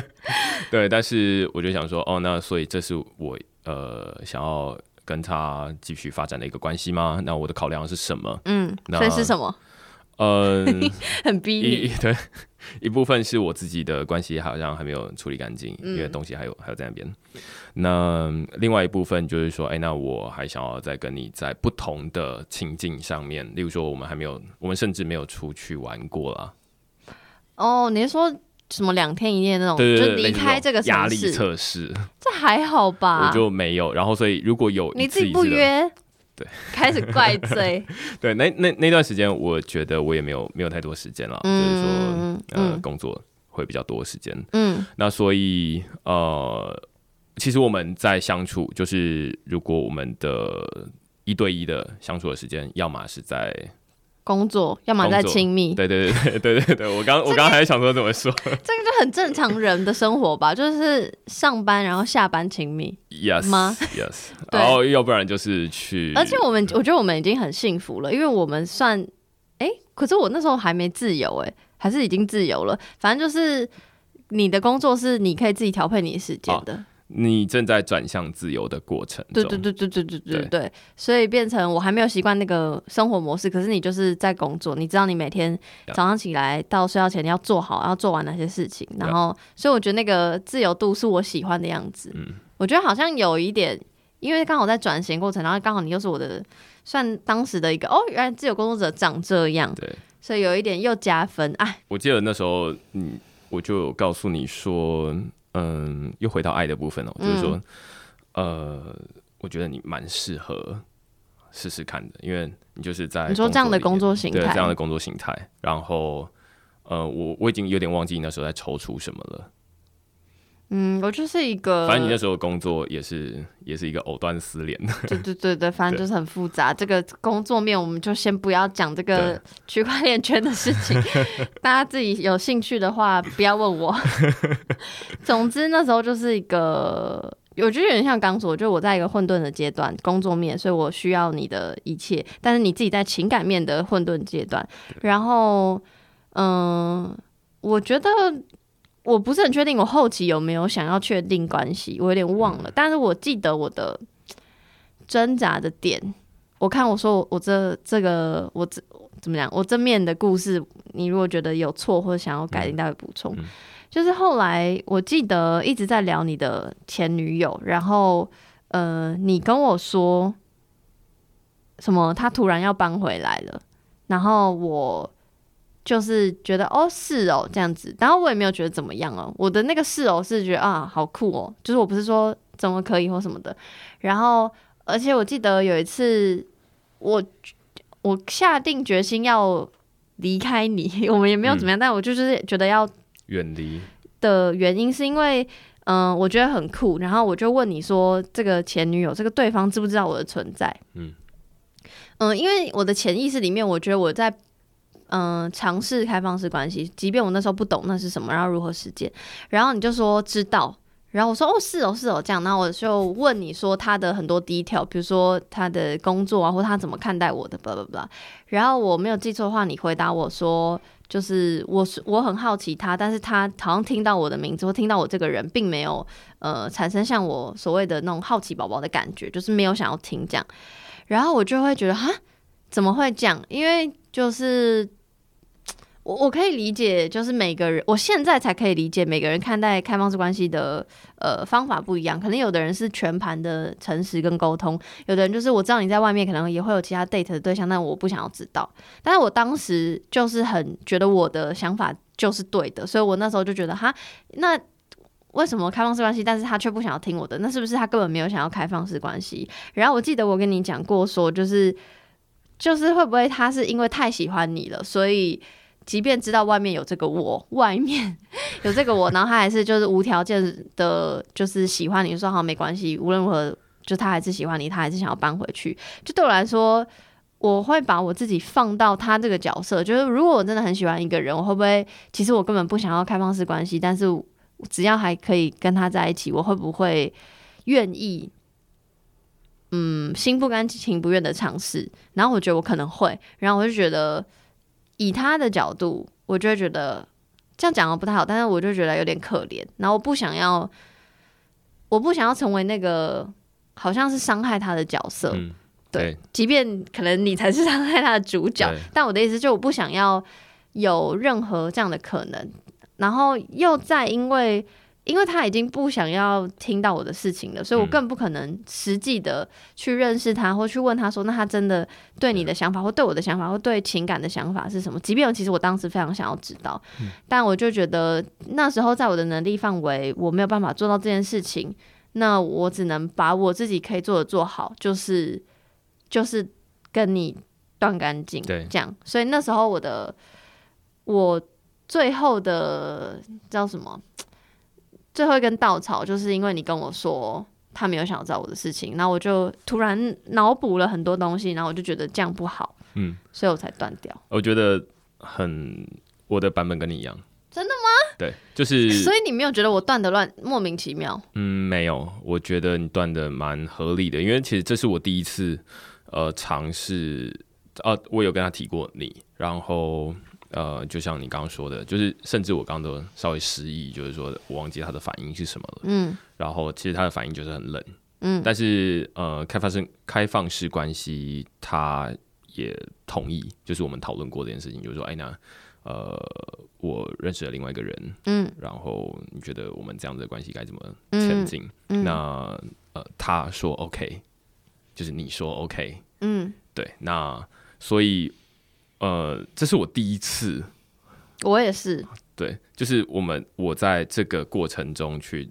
D: 对，但是我就想说，哦，那所以这是我呃想要跟他继续发展的一个关系吗？那我的考量是什么？
C: 嗯，
D: 那
C: 所以是什么？
D: 呃，
C: 很逼
D: 一
C: 你。
D: 对 一部分是我自己的关系好像还没有处理干净，
C: 嗯
D: 因为东西还有还有在那边。那另外一部分就是说，哎、那我还想要再跟你在不同的情境上面，例如说我们还没有，我们甚至没有出去玩过啦。
C: 哦，你是说什么两天一夜那种？
D: 对对
C: 哦
D: 对，
C: 就离
D: 类似
C: 开这
D: 这种
C: 个
D: 压
C: 城
D: 力
C: 市，
D: 测试，
C: 这还好吧？
D: 我就没有。然后所以如果有
C: 你
D: 一
C: 自
D: 次
C: 己
D: 一
C: 不
D: 次的，
C: 约，
D: 对，
C: 开始怪 罪。
D: 对，那那那段时间，我觉得我也没有没有太多时间了，就是说
C: 嗯嗯
D: 呃、
C: 嗯
D: 工作会比较多时间。
C: 嗯
D: 那所以呃，其实我们在相处，就是如果我们的一对一的相处的时间，要么是在
C: 工作，要么
D: 工
C: 在
D: 作
C: 亲密，
D: 对对对对对对对，我刚我刚还想说怎么说
C: 这个就很正常人的生活吧，就是上班然后下班亲密。
D: ，yes
C: 吗
D: yes，
C: 对
D: 然后要不然就是去，
C: 而且我们我觉得我们已经很幸福了，因为我们算哎、可是我那时候还没自由哎、还是已经自由了。反正就是你的工作是你可以自己调配你时间的，
D: 你正在转向自由的过程中，
C: 对对对对对对对对，所以变成我还没有习惯那个生活模式，可是你就是在工作，你知道你每天早上起来到睡觉前你要做好，要做完哪些事情，然后所以我觉得那个自由度是我喜欢的样子。
D: 嗯
C: 我觉得好像有一点，因为刚好在转型过程，然后刚好你又是我的算当时的一个哦，原来自由工作者长这样，
D: 对
C: 所以有一点又加分。哎，
D: 我记得那时候你，我就有告诉你说，嗯，又回到爱的部分了、哦
C: 嗯
D: 就是说，呃，我觉得你蛮适合试试看的，因为你就是在
C: 你说这样的
D: 里面
C: 工作形
D: 对
C: 态
D: 这样的工作形态，然后。呃，我我已经有点忘记你那时候在踌躇什么了。
C: 嗯，我就是一个，
D: 反正你那时候的工作也是也是一个藕断丝连的，
C: 对 对对对，反正就是很复杂。这个工作面我们就先不要讲这个
D: 对
C: 区块链圈的事 情，大家自己有兴趣的话不要问 我。总之那时候就是一个，我觉得有点像刚说，就我在一个混沌的阶段，工作面，所以我需要你的一切，但是你自己在情感面的混沌阶段，然后嗯、我觉得我不是很确定我后期有没有想要确定关系，我有点忘了。但是我记得我的挣扎的点，我看我说我我这这个我这怎么讲，我这面的故事，你如果觉得有错或者想要改进，待会补充。就是后来我记得一直在聊你的前女友，然后呃，你跟我说什么？她突然要搬回来了，然后我就是觉得哦是哦这样子，然后我也没有觉得怎么样哦。我的那个是哦是觉得啊好酷哦，就是我不是说怎么可以或什么的。然后而且我记得有一次我我下定决心要离开你， 我们也没有怎么样，但我就是觉得要
D: 远离
C: 的原因是因为，嗯、我觉得很酷，然后我就问你说，这个前女友，这个对方知不知道我的存在？嗯
D: 嗯
C: 因为我的潜意识里面，我觉得我在嗯、呃尝试开放式关系，即便我那时候不懂那是什么，然后如何实践，然后你就说知道。然后我说哦是哦是哦这样，然后我就问你说他的很多 detail，比如说他的工作啊，或他怎么看待我的，blah blah blah。然后我没有记错的话，你回答我说就是我是我很好奇他，但是他好像听到我的名字或听到我这个人，并没有呃产生像我所谓的那种好奇宝宝的感觉，就是没有想要听这样。然后我就会觉得哈，怎么会这样？因为就是我我可以理解，就是每个人，我现在才可以理解每个人看待开放式关系的呃方法不一样。可能有的人是全盘的诚实跟沟通，有的人就是我知道你在外面可能也会有其他 date 的对象，但我不想要知道。但是我当时就是很觉得我的想法就是对的，所以我那时候就觉得哈，那为什么开放式关系，但是他却不想要听我的？那是不是他根本没有想要开放式关系？然后我记得我跟你讲过说，就是就是会不会他是因为太喜欢你了，所以。即便知道外面有这个我，外面有这个我，然后他还是就是无条件的，就是喜欢你，说好没关系，无论如何，就他还是喜欢你，他还是想要搬回去。就对我来说，我会把我自己放到他这个角色，就是如果我真的很喜欢一个人，我会不会其实我根本不想要开放式关系，但是我只要还可以跟他在一起，我会不会愿意？嗯，心不甘情不愿的尝试，然后我觉得我可能会，然后我就觉得以他的角度，我就会觉得这样讲的不太好，但是我就觉得有点可怜，然后我不想要，我不想要成为那个好像是伤害他的角色，
D: 嗯
C: 呃 对，即便可能你才是伤害他的主角
D: 对，
C: 但我的意思就是我不想要有任何这样的可能。然后又再因为，因为他已经不想要听到我的事情了，所以我
D: 嗯
C: 更不可能实际的去认识他，或去问他说，那他真的对你的想法，或对我的想法，或对情感的想法是什么？即便我其实我当时非常想要知道，但我就觉得那时候在我的能力范围，我没有办法做到这件事情。那我只能把我自己可以做的做好，就是就是跟你断干净，
D: 对
C: 这样。所以那时候我的我最后的叫什么？最后一根稻草，就是因为你跟我说他没有想要知道我的事情，然后我就突然脑补了很多东西，然后我就觉得这样不好，
D: 嗯，
C: 所以我才断掉。
D: 我觉得很我的版本跟你一样，
C: 真的
D: 吗？对，就是
C: 所以你没有觉得我断的乱莫名其妙？
D: 嗯，没有，我觉得你断的蛮合理的，因为其实这是我第一次呃尝试，呃，我有跟他提过你，然后呃，就像你刚刚说的，就是甚至我刚刚都稍微失忆，就是说我忘记他的反应是什么了，
C: 嗯
D: 然后其实他的反应就是很冷，
C: 嗯
D: 但是呃，开放式开放式关系，他也同意，就是我们讨论过这件事情，就是说，哎，那呃，我认识了另外一个人，
C: 嗯
D: 然后你觉得我们这样子的关系该怎么前进？那呃，他说 OK，就是你说 OK，
C: 嗯，
D: 对，那所以呃，这是我第一次，
C: 我也是，
D: 对，就是我们我在这个过程中去，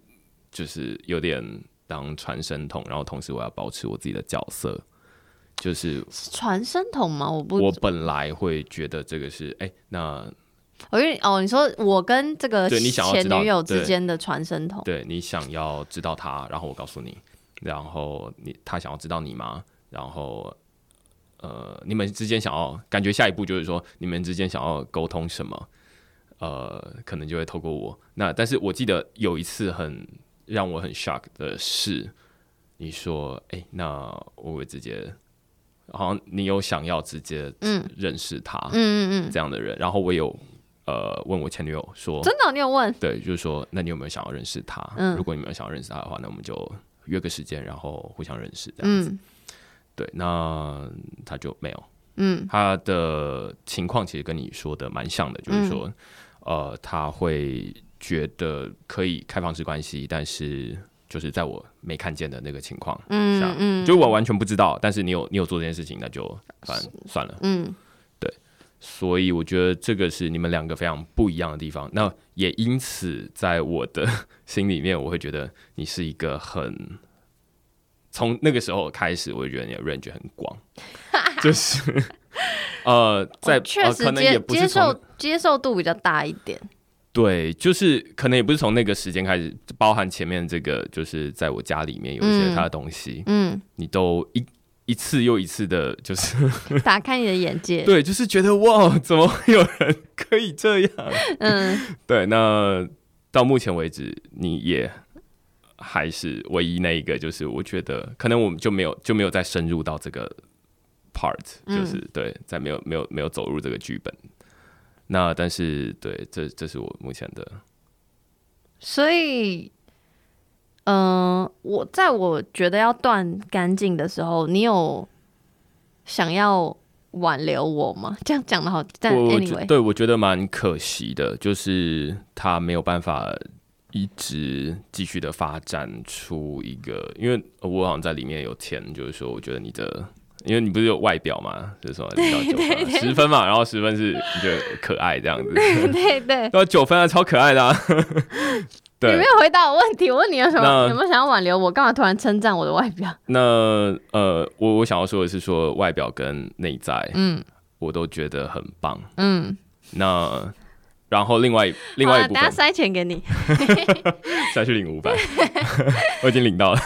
D: 就是有点当传声筒，然后同时我要保持我自己的角色，就是
C: 是传声筒吗？我不，
D: 我
C: 我
D: 本来会觉得这个是哎、那
C: 因为哦，你说我跟这个
D: 对你想要
C: 前
D: 知道
C: 女友
D: 对
C: 之间的传声筒，
D: 对你想要知道他，然后我告诉你，然后你他想要知道你吗？然后呃，你们之间想要感觉下一步就是说你们之间想要沟通什么？呃，可能就会透过我。那但是我记得有一次很让我很 shock 的是，你说哎、那我会直接。好像你有想要直接
C: 嗯
D: 认识他
C: 嗯嗯嗯，
D: 这样的人，然后我有呃问我前女友说，
C: 真的哦、你有问？
D: 对，就是说，那你有没有想要认识他？
C: 嗯
D: 如果你没有想要认识他的话，那我们就约个时间，然后互相认识这样子。
C: 嗯
D: 对，那他就没有，
C: 嗯
D: 他的情况其实跟你说的蛮像的，
C: 嗯
D: 就是说，呃，他会觉得可以开放式关系，但是就是在我没看见的那个情况
C: 嗯
D: 下，
C: 嗯
D: 就我完全不知道，但是你有你有做这件事情，那就反正算了。
C: 嗯
D: 所以我觉得这个是你们两个非常不一样的地方。那也因此，在我的心里面，我会觉得你是一个很从那个时候开始，我就觉得你的 range 很广，就是 呃，在
C: 我确
D: 呃
C: 实
D: 可能也
C: 接
D: 不
C: 接
D: 是从
C: 受接受度比较大一点。
D: 对，就是可能也不是从那个时间开始，包含前面这个，就是在我家里面有一些
C: 嗯
D: 他的东西，
C: 嗯，
D: 你都一一次又一次的，就是
C: 打开你的眼界。
D: 对，就是觉得哇，怎么会有人可以这样？
C: 嗯，
D: 对，那到目前为止，你也还是唯一那一个，就是我觉得可能我们就没有就没有再深入到这个 part，、
C: 嗯
D: 就是对，在没有没有没有走入这个剧本。那但是对，这这是我目前的，
C: 所以，嗯、我在我觉得要断干净的时候，你有想要挽留我吗？这样讲的好，但
D: 我我觉
C: anyway，
D: 对我觉得蛮可惜的，就是他没有办法一直继续的发展出一个，因为呃我好像在里面有填，就是说我觉得你的。因为你不是有外表嘛，就是说你到九分嘛，十分嘛，然后十分是你觉得可爱这样子，
C: 对对，
D: 然后九分啊，超可爱的、啊，
C: 你没
D: 对。
C: 有回答我问题。我问你有什么
D: 那
C: 有没有想要挽留我？干嘛突然称赞我的外表？
D: 那呃，我我想要说的是，说外表跟内在，
C: 嗯
D: 我都觉得很棒。
C: 嗯，
D: 那然后另外一另外
C: 好
D: 一
C: 了，
D: 部
C: 等下
D: 分
C: 塞钱给你。
D: 再去领五百， 我已经领到了。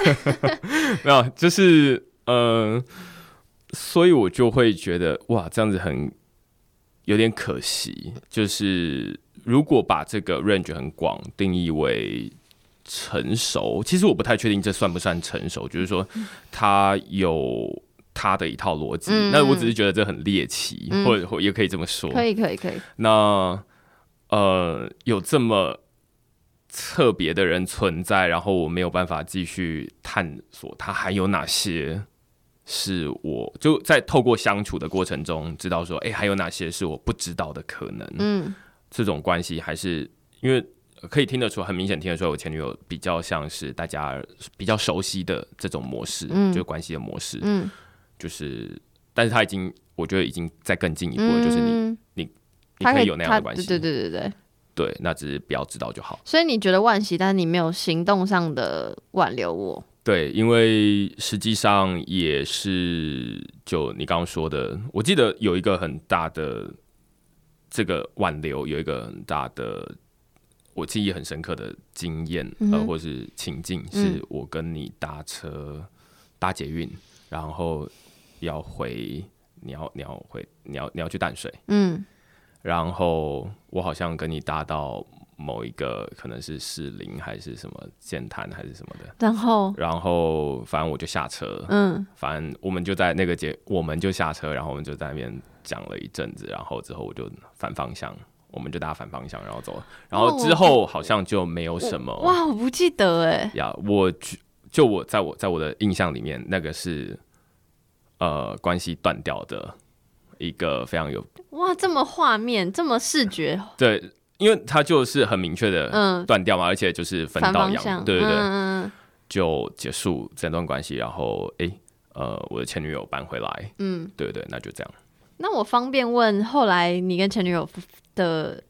D: 没有，就是呃，所以我就会觉得哇，这样子很有点可惜。就是如果把这个 range 很广定义为成熟，其实我不太确定这算不算成熟，就是说他有。他的一套逻辑，
C: 嗯
D: 那我只是觉得这很猎奇，
C: 嗯
D: 或者或也可以这么说。
C: 可以可以可以，
D: 那呃，有这么特别的人存在，然后我没有办法继续探索他还有哪些是我就在透过相处的过程中知道说，哎、还有哪些是我不知道的可能。
C: 嗯
D: 这种关系还是因为呃可以听得出，很明显听得出来，我前女友比较像是大家比较熟悉的这种模式，
C: 嗯
D: 就是关系的模式，
C: 嗯，
D: 就是，但是他已经，我觉得已经在更进一步了，
C: 嗯
D: 就是你你
C: 他
D: 可以
C: 以
D: 有那样
C: 他
D: 的关系，
C: 对对对对对。
D: 对，那只是不要知道就好。
C: 所以你觉得惋惜，但是你没有行动上的挽留我。
D: 对，因为实际上也是就你刚刚说的，我记得有一个很大的这个挽留，有一个很大的我记忆很深刻的经验，
C: 嗯
D: 呃，
C: 哼
D: 或是情境，
C: 嗯
D: 是我跟你搭车搭捷运，然后要回，你要你要回，你要你要去淡水，
C: 嗯
D: 然后我好像跟你搭到某一个可能是士林还是什么剑潭还是什么的，
C: 然后
D: 然后反正我就下车，
C: 嗯
D: 反正我们就在那个节，我们就下车，然后我们就在那边讲了一阵子，然后之后我就反方向，我们就搭反方向然后走，然后之后好像就没有什么
C: 哦哇，我不记得哎，
D: 呀，我觉就我在我在我的印象里面，那个是呃关系断掉的一个非常有
C: 哇，这么画面，这么视觉，
D: 对，因为它就是很明确的
C: 嗯
D: 断掉嘛，而且就是分
C: 反
D: 道
C: 方
D: 扬
C: 向，
D: 对对对，
C: 嗯
D: 就结束整段关系，然后诶呃我的前女友搬回来，
C: 嗯嗯。
D: 对对，那就这样。
C: 那我方便问，后来你跟前女友的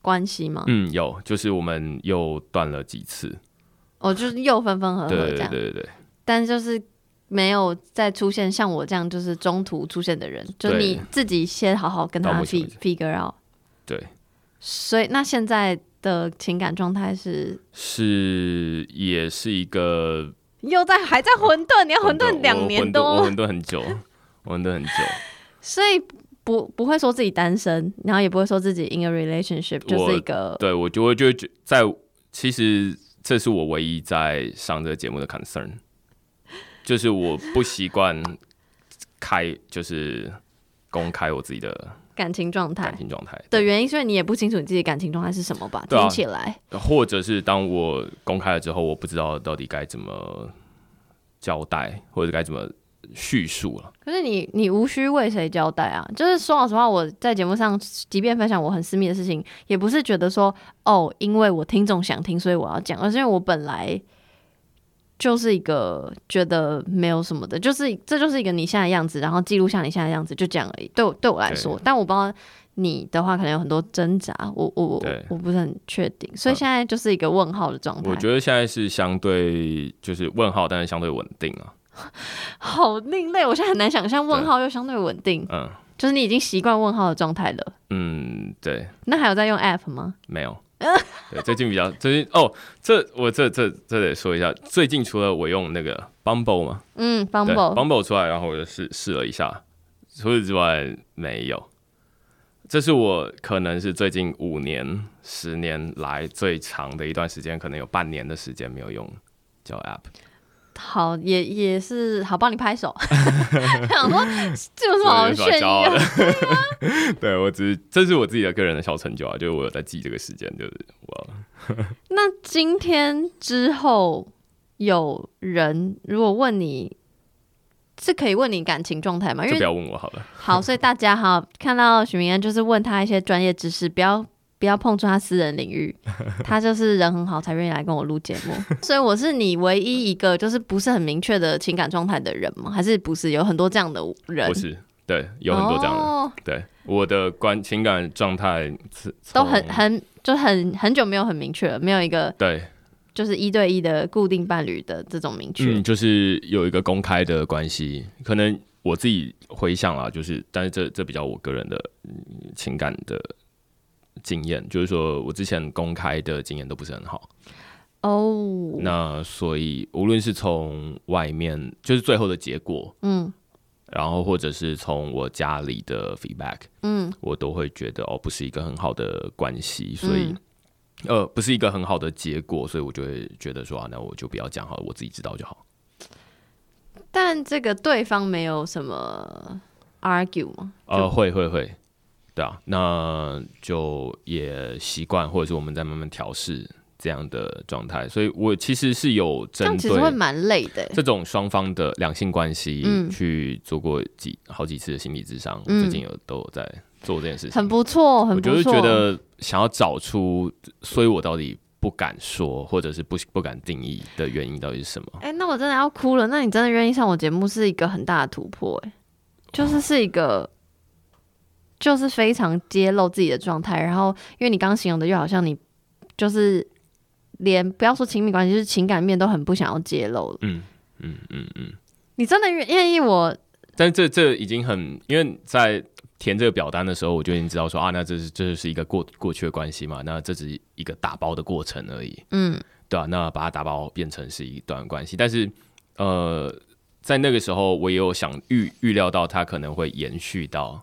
C: 关系吗？
D: 嗯，有，就是我们又断了几次，
C: 哦，就是又分分合合
D: 对
C: 这
D: 对对
C: 样，
D: 对对，
C: 但就是没有再出现像我这样就是中途出现的人，就
D: 对
C: 你自己先好好跟
D: 到
C: 他
D: 目前
C: fi- figure out。
D: 对，
C: 所以那现在的情感状态是
D: 是也是一 个
C: 又在还在混沌，你要混沌
D: 我
C: 两
D: 混
C: 年
D: 沌我
C: 多，
D: 混沌很久， 我混沌很久，
C: 所以不不会说自己单身，然后也不会说自己 in a relationship，就是一个
D: 对我就会就会觉在其实这是我唯一在上这个节目的 concern，就是我不习惯开就是公开我自 己的
C: 感情状
D: 感
C: 态
D: 情状态
C: 的原因，所以你也不清楚你自己感情状态是什么吧？
D: 对啊
C: 听起来，
D: 或者是当我公开了之后，我不知道到底该怎么交代，或者该怎么叙述了。
C: 可是你你无需为谁交代啊。就是说老实话，我在节目上，即便分享我很私密的事情，也不是觉得说哦，因为我听众想听，所以我要讲，而是因为我本来就是一个觉得没有什么的，就是这就是一个你现在的样子，然后记录下你现在的样子，就这样而已。对我对我来说
D: 对，
C: 但我不知道。你的话可能有很多挣扎，我我我
D: 对
C: 我不是很确定，所以
D: 嗯
C: 现在就是一个问号的状态。
D: 我觉得现在是相对就是问号，但是相对稳定啊。
C: 好另类，我现在很难想象问号又相对稳定，
D: 嗯
C: 就是你已经习惯问号的状态了。
D: 嗯，对，
C: 那还有在用 app 吗？
D: 没有。对，最近比较最近哦，这我这这这得说一下，最近除了我用那个 Bumble 嘛
C: 嗯
D: 对
C: ，Bumble，
D: Bumble 出来，然后我就试试了一下，除此之外没有。这是我可能是最近五年、十年来最长的一段时间，可能有半年的时间没有用交友 App，
C: 好，也也是好，帮你拍手。想说这有什么好
D: 所以
C: 炫
D: 是蛮骄傲
C: 耀？
D: 的。 对我只是这是我自己的个人的小成就啊，就是我有在记这个时间，就是我
C: 那今天之后有人如果问你，是可以问你感情状态吗？因
D: 就不
C: 为
D: 要问我好了。
C: 好，所以大家哈，看到许明安就是问他一些专业知识，不要不要碰触他私人领域。他就是人很好，才愿意来跟我录节目。 所以我是你唯一一个就是不是很明确的情感状态的人吗？还是不是有很多这样的人？
D: 我是对，有很多这样的。
C: 哦
D: 对，我的关情感状态是
C: 都
D: 从
C: 很很就很很久没有很明确了，没有一个
D: 对，
C: 就是一对一的固定伴侣的这种明确。
D: 嗯，就是有一个公开的关系，可能我自己回想啦，就是，但是这这比较我个人的、嗯情感的经验，就是说我之前公开的经验都不是很好，
C: 哦，
D: 那所以无论是从外面，就是最后的结果，
C: 嗯
D: 然后或者是从我家里的 feedback，
C: 嗯
D: 我都会觉得哦，不是一个很好的关系，所以、
C: 嗯
D: 呃，不是一个很好的结果，所以我就会觉得说啊，那我就不要讲好了，我自己知道就好。
C: 但这个对方没有什么 argue 吗？
D: 呃，会会会，对啊，那就也习惯，或者是我们在慢慢调试这样的状态，所以我其实是有
C: 这
D: 针
C: 样其实会
D: 对。
C: 蛮累的欸。
D: 这种双方的两性关系
C: 嗯
D: 去做过几好几次的心理智商，
C: 嗯
D: 最近有都有在做这件事情，
C: 很不错，很
D: 我
C: 不错。啊
D: 就是觉得想要找出，所以我到底不敢说，或者是不不敢定义的原因到底是什么？
C: 哎、那我真的要哭了。那你真的愿意上我节目，是一个很大的突破、哎，就是是一个，就是非常揭露自己的状态。然后，因为你刚刚形容的，又好像你就是连不要说亲密关系，就是情感面都很不想要揭露了。
D: 嗯嗯嗯嗯。
C: 你真的愿愿意我？
D: 但是这这已经很，因为在填这个表单的时候，我就已经知道说啊，那这是这是一个过过去的关系嘛，那这只是一个打包的过程而已，
C: 嗯，
D: 对啊，那把它打包变成是一段关系，但是呃，在那个时候我也有想预预料到它可能会延续到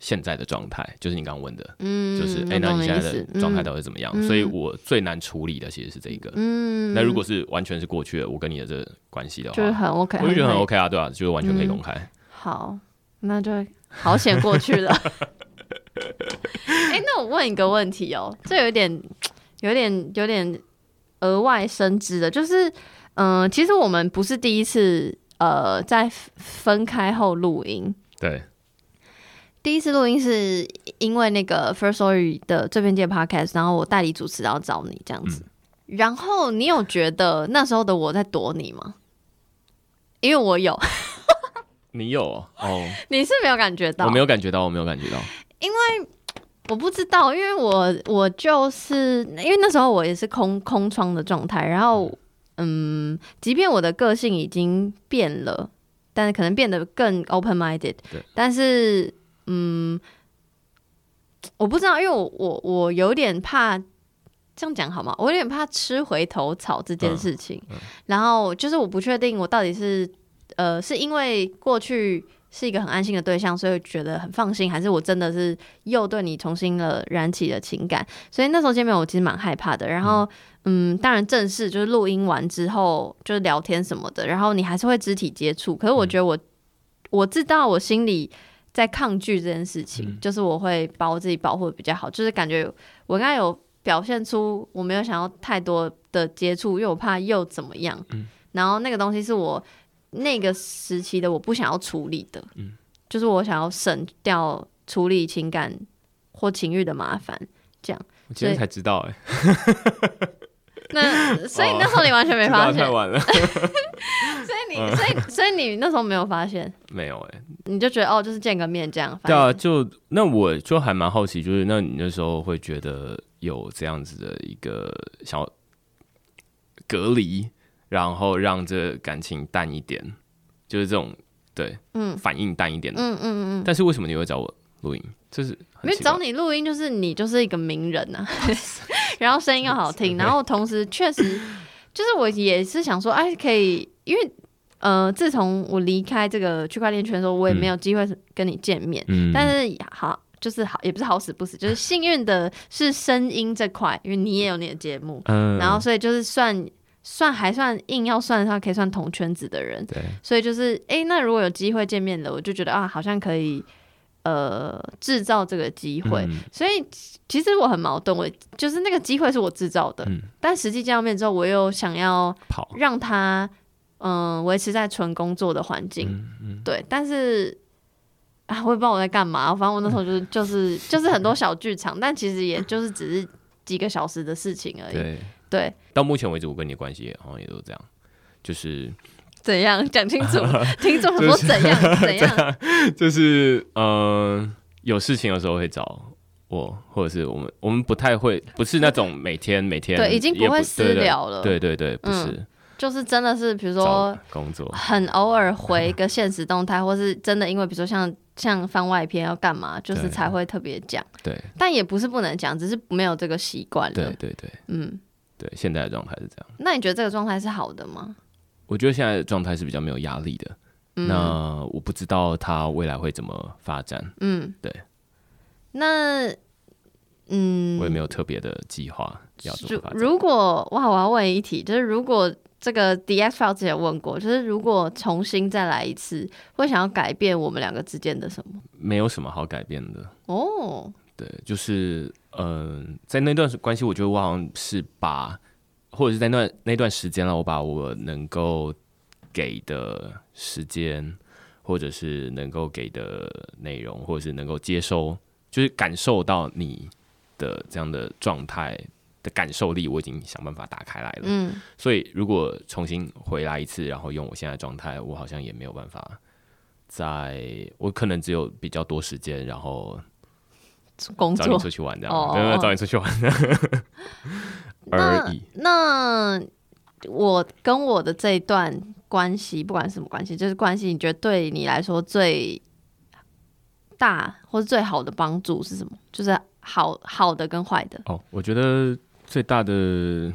D: 现在的状态，就是你刚刚问的，
C: 嗯，
D: 就是哎、
C: 我
D: 那
C: 懂
D: 你
C: 你
D: 现
C: 意
D: 在
C: 思
D: 的状态
C: 嗯
D: 到底怎么样？
C: 嗯
D: 所以我最难处理的其实是这一个。
C: 嗯，
D: 那如果是完全是过去的，我跟你的这关系的话，
C: 就是很 OK，
D: 我就觉得很
C: 可以
D: OK 啊，对吧、就是完全可以
C: 嗯
D: 公开。
C: 好，那就好险过去 了。哎、那我问一个问题哦，这有点、有点、有点额外升职的，就是，嗯、其实我们不是第一次，呃，在分分开后录音。
D: 对，
C: 第一次录音是因为那个 First Story 的这边界 Podcast，然后我代理主持，然后找你这样子。
D: 嗯
C: 然后你有觉得那时候的我在躲你吗？因为我有，
D: 你有哦，哦
C: 你是没有感觉到，
D: 我没有感觉到，我没有感觉到。
C: 我不知道，因为我我就是因为那时候我也是空空窗的状态，然后嗯，即便我的个性已经变了，但是可能变得更 open minded，
D: 对
C: 但是嗯，我不知道，因为我我我有点怕。这样讲好吗？我有点怕吃回头草这件事情，然后就是我不确定我到底是呃是因为过去是一个很安心的对象，所以觉得很放心，还是我真的是又对你重新了燃起了情感，所以那时候见面我其实蛮害怕的。然后，嗯，当然正式就是录音完之后就是聊天什么的，然后你还是会肢体接触，可是我觉得我、我知道我心里在抗拒这件事情，就是我会把我自己保护的比较好，就是感觉我刚才有表现出我没有想要太多的接触，因为我怕又怎么样。然后那个东西是我那个时期的我不想要处理的，就是我想要省掉处理情感或情欲的麻烦。
D: 我今天才知道、哎，
C: 那所以那时候你完全没
D: 哦知
C: 发
D: 道嗯
C: 现，
D: 太 晚了，
C: 所以你所以所以你那时候没有发现，
D: 没有哎、
C: 你就觉得哦，就是见个面这样。反
D: 对
C: 正
D: 啊，就那我就还蛮好奇，就是那你那时候会觉得有这样子的一个想要隔离，然后让这感情淡一点，就是这种对，
C: 嗯
D: 反应淡一点的。
C: 嗯嗯嗯，
D: 但是为什么你会找我录音？这是
C: 因
D: 很
C: 为
D: 奇怪
C: 找你录音就是你就是一个名人呐、 啊，然后声音又好听，然后同时确实就是我也是想说，哎，可以，因为呃，自从我离开这个区块链圈的时候，我也没有机会跟你见面，
D: 嗯，
C: 但是好，就是好，也不是好死不死，就是幸运的是声音这块，因为你也有你的节目，
D: 嗯，
C: 然后所以就是算算还算硬要算的话，可以算同圈子的人，
D: 对，
C: 所以就是诶，那如果有机会见面了，我就觉得啊，好像可以呃制造这个机会。
D: 嗯
C: 所以其其实我很矛盾，我就是那个机会是我制造的，
D: 嗯
C: 但实际见到面之后，我又想要
D: 跑，
C: 让他嗯维持在纯工作的环境，
D: 嗯嗯，
C: 对，但是啊，我也不知道我在干嘛，反正我那时候就是 就是就是很多小剧场，但其实也就是只是几个小时的事情而已。对，
D: 对。到目前为止，我跟你的关系也好像也都是这样，就是
C: 怎样讲清 楚？听众很多怎样、怎样？
D: 就是呃，有事情的时候会找我，或者是我们我们不太会，不是那种每天每天
C: 对，已经
D: 也
C: 不会私聊了。
D: 对对对，对对不是、
C: 就是真的是，比如
D: 找
C: 说
D: 工作，
C: 很偶尔回个现实动态，或是真的因为比如说像像番外篇要干嘛，就是
D: 对
C: 才会特别讲，
D: 对
C: 但也不是不能讲，只是没有这个习惯
D: 对
C: 了。
D: 对对
C: 嗯，
D: 对，现在的状态是这样。
C: 那你觉得这个状态是好的吗？
D: 我觉得现在的状态是比较没有压力的。
C: 嗯
D: 那我不知道他未来会怎么发展，
C: 嗯，
D: 对。
C: 那嗯，
D: 我也没有特别的计划要怎么
C: 如
D: 发展。
C: 如果哇，我要问一题，就是如果这个 DX file 之前问过，就是如果重新再来一次，会想要改变我们两个之间的什么？
D: 没有什么好改变的，
C: 哦，
D: 对，就是嗯、呃在那段关系，我觉得我好像是把，或者是在那那段时间了，我把我能够给的时间，或者是能够给的内容，或者是能够接收，就是感受到你的这样的状态的感受力，我已经想办法打开来了。
C: 嗯，
D: 所以如果重新回来一次，然后用我现在的状态，我好像也没有办法在。我可能只有比较多时间，然后
C: 工
D: 找你
C: 作
D: 出去玩这
C: 哦
D: 样，没有没有找你出去 玩而已。
C: 那。那我跟我的这一段关系，不管什么关系，就是关系，你觉得对你来说最大或是最好的帮助是什么？就是好好的跟坏的。
D: 哦，我觉得最大的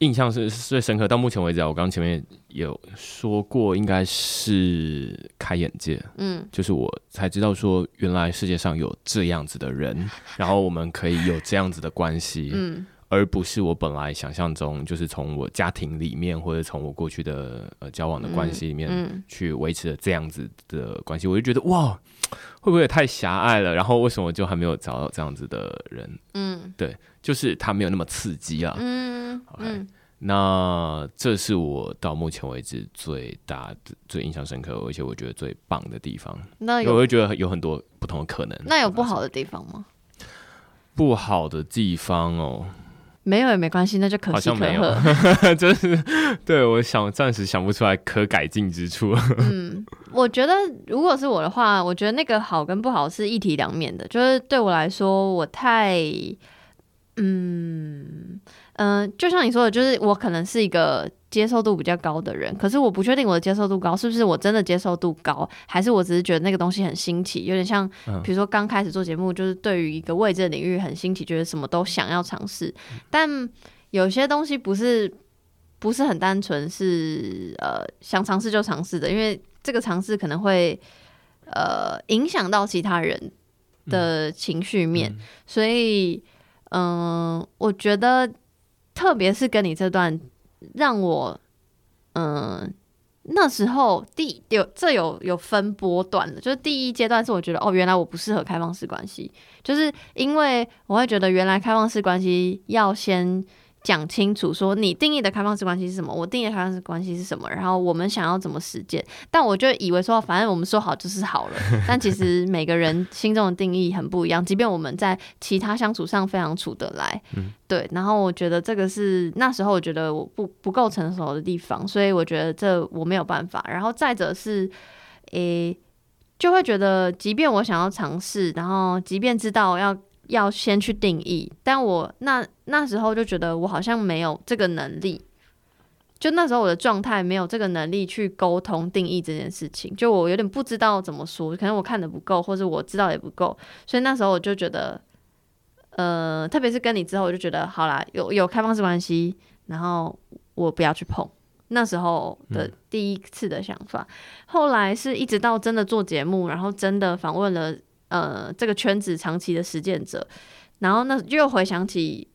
D: 印象是是最深刻，到目前为止啊，我刚刚前面也有说过，应该是开眼界，
C: 嗯，
D: 就是我才知道说，原来世界上有这样子 的人，然后我们可以有这样子的关系，
C: 嗯，
D: 而不是我本来想象中，就是从我家庭里面或者从我过去的呃交往的关系里面、
C: 嗯
D: 去维持了这样子的关系，我就觉得哇，会不会也太狭隘了？然后为什么就还没有找到这样子的人？
C: 嗯
D: 就是他没有那么刺激啊。
C: 嗯嗯
D: 那这是我到目前为止最大的、最印象深刻，而且我觉得最棒的地方，
C: 那
D: 因为我
C: 有
D: 会觉得有很多不同的可能。
C: 那有不好的地方吗？
D: 不好的地方哦，
C: 没有也没关系，那就可
D: 好
C: 喜
D: 像
C: 可
D: 没有
C: 贺。
D: 就是对我想暂时想不出来可改进之处。
C: 我觉得如果是我的话，我觉得那个好跟不好是一体两面的。就是对我来说，我太嗯嗯、呃就像你说的，就是我可能是一个接受度比较高的人，可是我不确定我的接受度高是不是我真的接受度高，还是我只是觉得那个东西很新奇，有点像
D: 嗯
C: 比如说刚开始做节目，就是对于一个未知的领域很新奇，觉得什么都想要尝试，但有些东西不是。不是很单纯是呃想尝试就尝试的，因为这个尝试可能会呃影响到其他人的情绪面，所以嗯、我觉得特别是跟你这段，让我嗯、那时候第有这有有分波段的，就是第一阶段是我觉得哦，原来我不适合开放式关系，就是因为我会觉得原来开放式关系要先。讲清楚，说你定义的开放式关系是什么，我定义的开放式关系是什么，然后我们想要怎么实践。但我就以为说，反正我们说好就是好了。但其实每个人心中的定义很不一样，即便我们在其他相处上非常处得来，对。然后我觉得这个是那时候我觉得我不不够成熟的地方，所以我觉得这我没有办法。然后再者是，诶、就会觉得，即便我想要尝试，然后即便知道要要先去定义，但我那那时候就觉得我好像没有这个能力。就那时候我的状态没有这个能力去沟通定义这件事情，就我有点不知道怎么说，可能我看的不够，或者我知道也不够，所以那时候我就觉得，呃，特别是跟你之后，我就觉得好啦，有有开放式关系，然后我不要去碰。那时候的第一次的想法，后来是一直到真的做节目，然后真的访问了呃这个圈子长期的实践者，然后那又回想起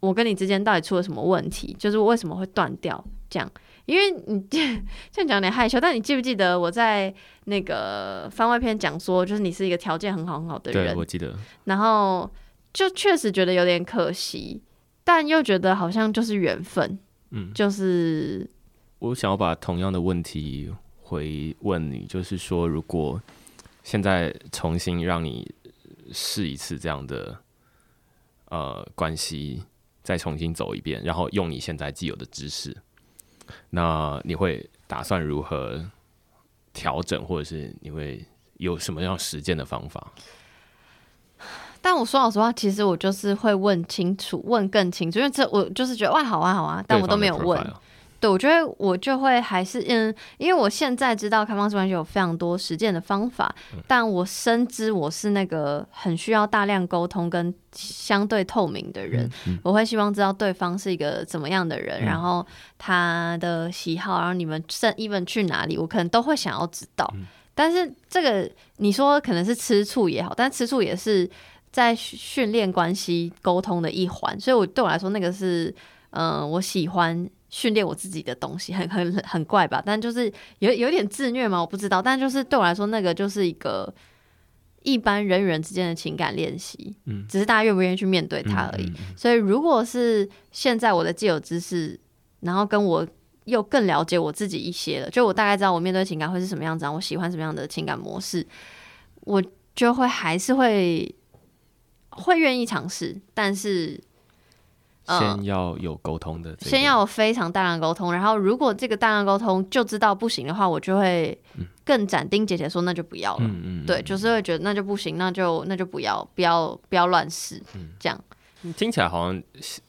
C: 我跟你之间到底出了什么问题，就是我为什么会断掉这样。因为你 这样讲有点害羞，但你记不记得我在那个番外篇讲说，就是你是一个条件很好很好的
D: 对，
C: 人，
D: 我记得
C: 然后就确实觉得有点可惜，但又觉得好像就是缘分，
D: 嗯
C: 就是
D: 我想要把同样的问题回问你，就是说，如果现在重新让你试一次这样的呃关系，再重新走一遍，然后用你现在既有的知识，那你会打算如何调整，或者是你会有什么样实践的方法？
C: 但我说老实话，其实我就是会问清楚，问更清楚，因为这我就是觉得哇，好啊，好啊，但我都没有
D: 对方
C: 问
D: 的。profile
C: 对，我觉得我就会还是嗯，因为我现在知道开放式关系有非常多实践的方法，但我深知我是那个很需要大量沟通跟相对透明的人，我会希望知道对方是一个怎么样的人，然后他的喜好，然后你们甚 even 去哪里，我可能都会想要知道。但是这个你说可能是吃醋也好，但吃醋也是在训练关系沟通的一环，所以我对我来说那个是嗯，我喜欢训练我自己的东西，很很很怪吧？但就是有有点自虐嘛，我不知道。但就是对我来说，那个就是一个一般人与人之间的情感练习，
D: 嗯
C: 只是大家愿不愿意去面对它而已。所以如果是现在我的既有知识，然后跟我又更了解我自己一些了，就我大概知道我面对情感会是什么样子，然后我喜欢什么样的情感模式，我就会还是会会愿意尝试，但是。嗯
D: 先要有沟通的这个，
C: 先要有非常大量的沟通，然后如果这个大量的沟通就知道不行的话，我就会更斩钉截铁说那就不要了。
D: 嗯嗯嗯，
C: 对，就是会觉得那就不行，那就那就不要，不要不要乱试，
D: 嗯
C: 这样。
D: 听起来好像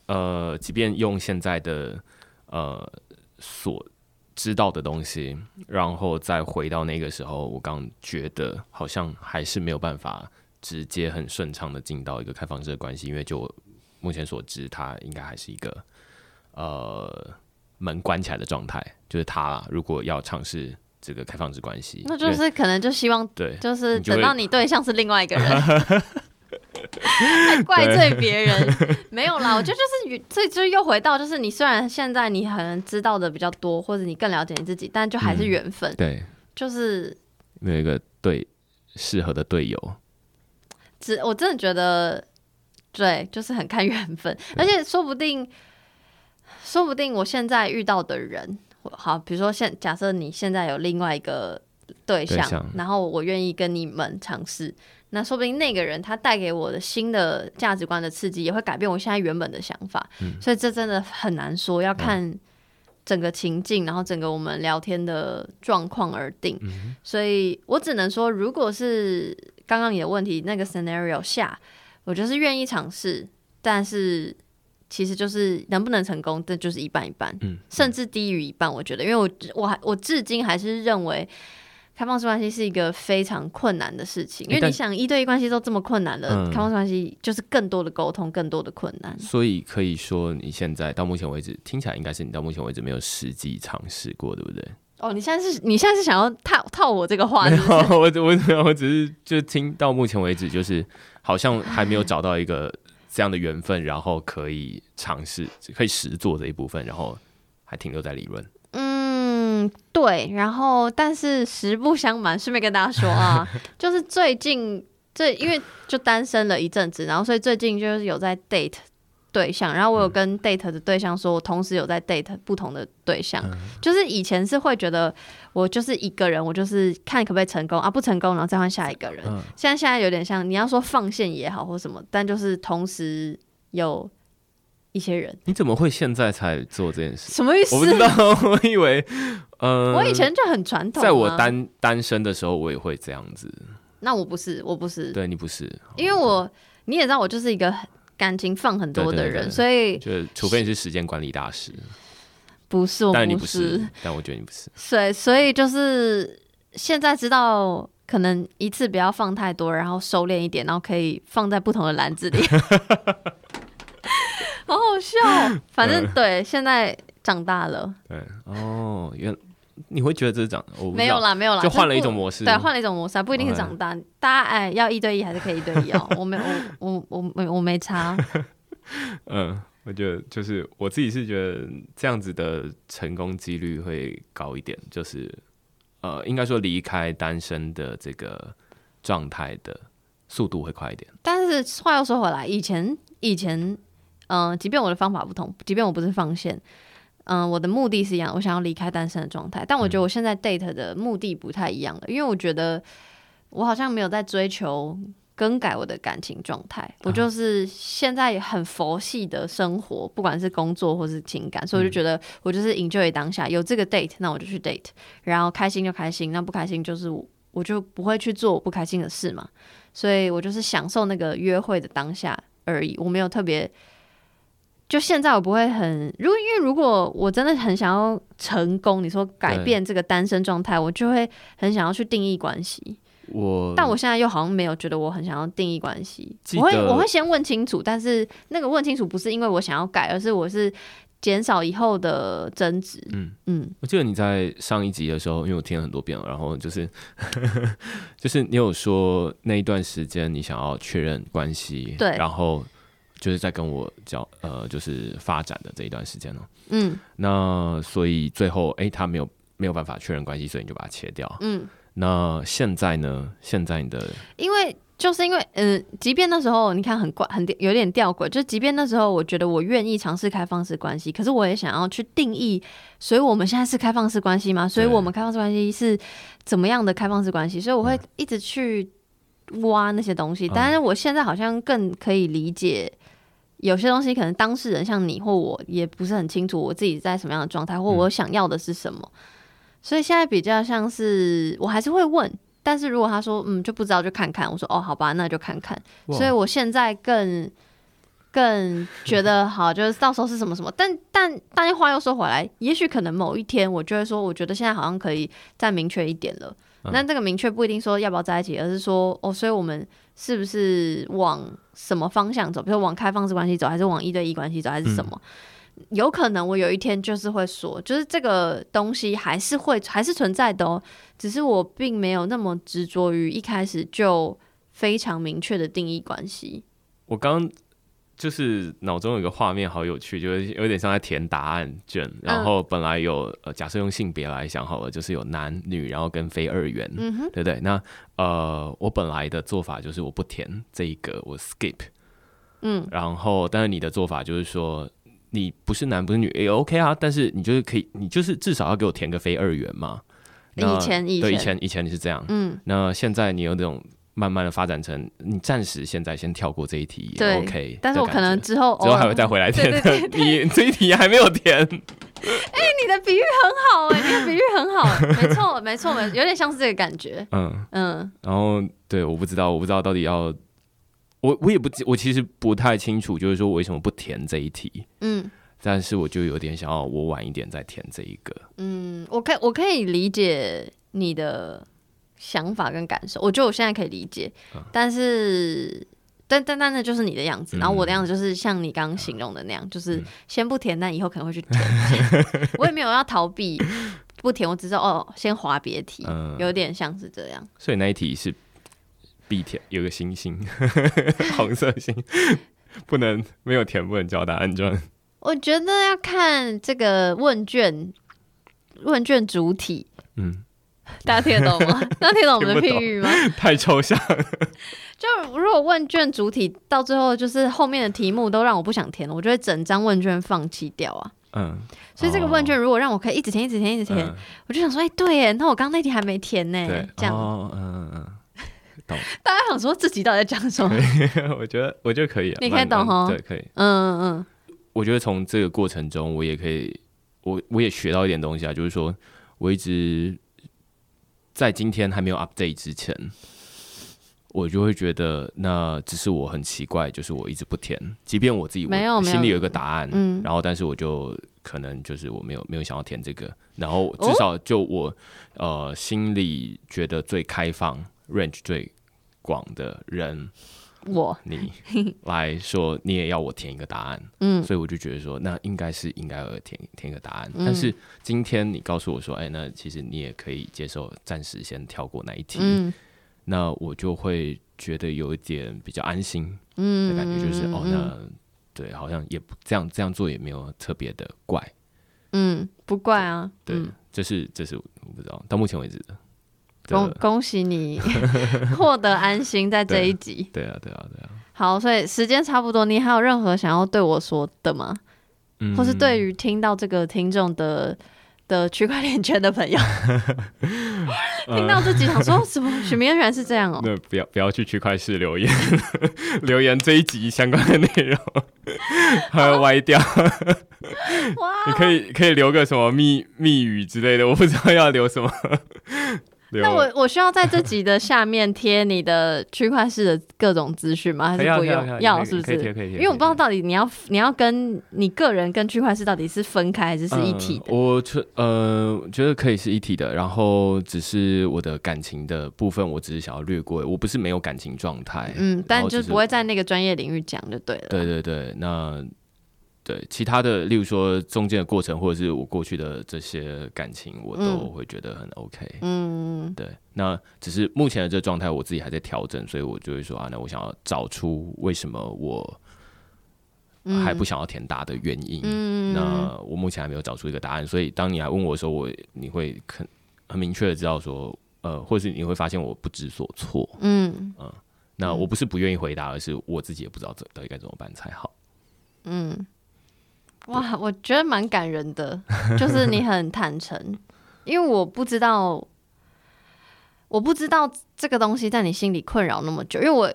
D: 呃，即便用现在的呃所知道的东西，然后再回到那个时候，我刚觉得好像还是没有办法直接很顺畅的进到一个开放式的关系，因为就我目前所知，它应该还是一个呃门关起来的状态，就是他如果要尝试这个开放式关系，
C: 那就
D: 因为
C: 是可能就希望
D: 对
C: 就是
D: 你就会
C: 等到你对象是另外一个人， 还怪罪别人没有啦。我觉得就是，这就又回到就是你虽然现在你可能知道的比较多，或者你更了解你自己，但就还是
D: 嗯
C: 缘分，
D: 对，
C: 就是
D: 没有一个对适合的队友，
C: 只我真的觉得，对，就是很看缘分，而且说不定，说不定我现在遇到的人，我好，比如说现假设你现在有另外一个对象，
D: 对象
C: 然后我愿意跟你们尝试，那说不定那个人他带给我的新的价值观的刺激，也会改变我现在原本的想法，所以这真的很难说，要看。整个情境，然后整个我们聊天的状况而定，所以我只能说，如果是刚刚你的问题那个 scenario 下，我就是愿意尝试，但是其实就是能不能成功，这就是一半一半，
D: 嗯，
C: 甚至低于一半。我觉得，因为我我还我至今还是认为开放式关系是一个非常困难的事情，
D: 诶
C: 因为
D: 但
C: 你想一对一关系都这么困难了，
D: 嗯
C: 开放式关系就是更多的沟通，更多的困难。
D: 所以可以说你现在到目前为止听起来应该是你到目前为止没有实际尝试过，对不对？
C: 哦，你现在是你现在是想要套套我这个话
D: 没
C: 是
D: 有
C: 不是？，
D: 我只我只我只是就听到目前为止，就是好像还没有找到一个这样的缘分，然后可以尝试可以实做的一部分，然后还停留在理论。
C: 嗯，对。然后，但是实不相瞒，顺便跟大家说 啊，就是最近这因为就单身了一阵子，然后所以最近就是有在 date 对象，然后
D: 嗯
C: 我有跟 date 的对象说，我同时有在 date 不同的对象。
D: 嗯
C: 就是以前是会觉得我就是一个人，我就是看可不可以成功啊，不成功然后再换下一个人。
D: 嗯
C: 现在现在有点像你要说放线也好或什么，但就是同时有一些人，
D: 你怎么会现在才做这件 事？
C: 什么意思
D: 我？不知道， 我以为，呃，
C: 我以前就很传统啊，
D: 在我单单身的时候，我也会这样子。
C: 那我不是，我不是，
D: 对你哦不是，
C: 因为我你也知道，我就是一个感情放很多的人，
D: 对对对对
C: 所以
D: 就是除非你是时间管理大师，
C: 不是我
D: 但你
C: 不
D: 不是，但我觉得你不是。
C: 所以所以就是现在知道，可能一次不要放太多，然后收敛一点，然后可以放在不同的篮子 里，好好笑哦。反正
D: 嗯
C: 对，现在长大了，
D: 对，哦，原你会觉得这是长，我不知道
C: 没有，啦，没有啦，
D: 就换了一
C: 不
D: 种模式。哦
C: 对，换了一种模式啊，不一定是长大。大家哎，要一对一还是可以一对一哦。我没，我我我我我没差。
D: 嗯，我觉得就是我自己是觉得这样子的成功几率会高一点，就是呃，应该说离开单身的这个状态的速度会快一点。
C: 但是话又说回来，以前以前，嗯、即便我的方法不同，即便我不是放线，嗯、我的目的是一样，我想要离开单身的状态。但我觉得我现在 date 的目的不太一样了，因为我觉得我好像没有在追求更改我的感情状态，我就是现在很佛系的生活，不管是工作或是情感，所以我就觉得我就是 enjoy 当下，有这个 date 那我就去 date，然后开心就开心，那不开心就是我我就不会去做我不开心的事嘛。所以我就是享受那个约会的当下而已，我没有特别。就现在我不会很，如果因为如果我真的很想要成功，你说改
D: 对
C: 变这个单身状态，我就会很想要去定义关系。
D: 我
C: 但我现在又好像没有觉得我很想要定义关系，
D: 记
C: 我会
D: 得
C: 我会先问清楚，但是那个问清楚不是因为我想要改，而是我是减少以后的争执。
D: 嗯
C: 嗯，
D: 我记得你在上一集的时候，因为我听了很多遍了，然后就是 就是你有说那一段时间你想要确认关系，
C: 对
D: 然后就是在跟我交呃就是发展的这一段时间呢、哦
C: 嗯
D: 那所以最后，诶，他没有没有办法确认关系，所以你就把它切掉。
C: 嗯，
D: 那现在呢？现在你的
C: 因为就是因为嗯，即便那时候你看很怪，很有点吊诡，就即便那时候我觉得我愿意尝试开放式关系，可是我也想要去定义，所以我们现在是开放式关系吗？所以
D: 对
C: 我们开放式关系是怎么样的开放式关系？所以我会一直去挖那些东西，但是我现在好像更可以理解。有些东西可能当事人像你或我也不是很清楚我自己在什么样的状态，或我想要的是什么，所以现在比较像是我还是会问，但是如果他说嗯就不知道就看看，我说哦好吧那就看看，
D: 哇
C: 所以我现在更更觉得好，就是到时候是什么什么。但但但话又说回来，也许可能某一天我就会说，我觉得现在好像可以再明确一点了。
D: 嗯
C: 那这个明确不一定说要不要在一起，而是说哦，所以我们是不是往什么方向走？比如往开放式关系走，还是往一对一关系走，还是什么？
D: 嗯
C: 有可能我有一天就是会说，就是这个东西还是会还是存在的哦，只是我并没有那么执着于一开始就非常明确的定义关系。
D: 我刚就是脑中有一个画面，好有趣，就是有点像在填答案卷。然后本来有呃，假设用性别来想好了，就是有男女，然后跟非二元，
C: 嗯哼，
D: 对不对？那呃，我本来的做法就是我不填这一个，我 skip。
C: 嗯，
D: 然后，但是你的做法就是说，你不是男不是女也 OK 啊，但是你就是可以，你就是至少要给我填个非二元嘛。那
C: 以前以
D: 啊对以
C: 前
D: 前以前你是这样，
C: 嗯，
D: 那现在你有这种慢慢的发展成，你暂时现在先跳过这一题也
C: 对
D: OK，
C: 但是我
D: 的
C: 可
D: 感
C: 能
D: 觉
C: 之后
D: 之
C: 偶
D: 后
C: 尔
D: 还会再回来填
C: 对对。
D: 你这一题还没有填，
C: 你的比喻很好哎、你的比喻很好、欸，没错没错没错，有点像是这个感觉。
D: 嗯，
C: 嗯
D: 然后对，我不知道，我不知道到底要，我我也不知，我其实不太清楚，就是说我为什么不填这一题，
C: 嗯
D: 但是我就有点想要我晚一点再填这一个，
C: 嗯，我可以我可以理解你的想法跟感受，我觉得我现在可以理解，但是。但但但那就是你的样子，然后我的样子就是像你刚刚形容的那样，就是先不填，但以后可能会去填。 我也没有要逃避不填，我只是哦先划别题，
D: 嗯
C: 有点像是这样。
D: 所以那一题是必填，有个星星， 红色星， 不能没有填不能交答案状。
C: 我觉得要看这个问卷，问卷主体，
D: 嗯，
C: 大家听得懂吗？大家听得懂我们的譬喻吗？
D: 太抽象。
C: 就如果问卷主体到最后就是后面的题目都让我不想填了，我就会整张问卷放弃掉啊。
D: 嗯，
C: 所以这个问卷如果让我可以一直填、一直填、一直填，
D: 嗯
C: 我就想说，哎、对耶，那我刚刚那题还没填呢
D: 对，，
C: 这样、
D: 哦，嗯
C: 大家想说自己到底在讲什么？
D: 嗯嗯，我觉得我觉得可以啊，
C: 你可以
D: 蛮
C: 懂
D: 蛮
C: 哦
D: 对，可以。
C: 嗯嗯
D: 我觉得从这个过程中，我也可以，我我也学到一点东西啊，就是说，我一直在今天还没有 update 之前，我就会觉得那只是我很奇怪，就是我一直不填，即便我自己
C: 没有
D: 我
C: 没有
D: 心里有一个答案，
C: 嗯
D: 然后但是我就可能就是我没有没有想要填这个，然后
C: 哦
D: 至少就我、呃心里觉得最开放 range 最广的人，
C: 嗯，我
D: 你来说，你也要我填一个答案，
C: 嗯
D: 所以我就觉得说，那应该是应该要填填一个答案。
C: 嗯
D: 但是今天你告诉我说，哎，那其实你也可以接受，暂时先跳过那一题，
C: 嗯
D: 那我就会觉得有一点比较安心的
C: 嗯
D: 感觉，就是、哦，
C: 嗯
D: 那对，好像也不这样这样做也没有特别的怪，
C: 嗯不怪啊，
D: 对，
C: 嗯
D: 这是这是我不知道到目前为止的。对
C: 恭恭喜 你获得安心在这一集。
D: 对啊，对啊，对啊，
C: 好，所以时间差不多，你还有任何想要对我说的吗？
D: 嗯
C: 或是对于听到这个听众的的区块链圈的朋 友，听到这集想
D: 呃
C: 说什么？许明恩原来是这样哦、
D: 那不要不要去区块市留言， 留言这一集相关的内容，还要歪掉。你
C: 哇！
D: 可以可以留个什么密密语之类的，我不知道要留什么。留
C: 那我我需要在这集的下面贴你的区块式的各种资讯吗？还
D: 可以
C: 是
D: 啊
C: 不
D: 可以啊
C: 用
D: 可以啊？
C: 要
D: 可以
C: 是不
D: 可以贴
C: 是？
D: 可以贴，
C: 因为我不知道
D: 可以贴
C: 到底你要你要跟你个人跟区块式到底是分开还是是一体的。
D: 嗯我觉呃觉得可以是一体的，然后只是我的感情的部分，我只是想要略过，我不是没有感情状态。
C: 嗯，
D: 然
C: 但
D: 后
C: 就
D: 只
C: 是不会在那个专业领域讲就对了。啊
D: 对对对，那对其他的，例如说中间的过程，或者是我过去的这些感情，我都
C: 嗯
D: 会觉得很 OK。
C: 嗯，
D: 对，那只是目前的这个状态，我自己还在调整，所以我就会说啊，那我想要找出为什么我
C: 嗯
D: 还不想要填答的原因。
C: 嗯
D: 那我目前还没有找出一个答案，所以当你来问我的时候，我你会很很明确的知道说，呃，或是你会发现我不知所措。呃
C: 嗯
D: 那我不是不愿意回答，而是我自己也不知道怎到底该怎么办才好。
C: 嗯，哇，我觉得蛮感人 的，就是你很坦诚，因为我不知道，我不知道这个东西在你心里困扰那么久，因为我。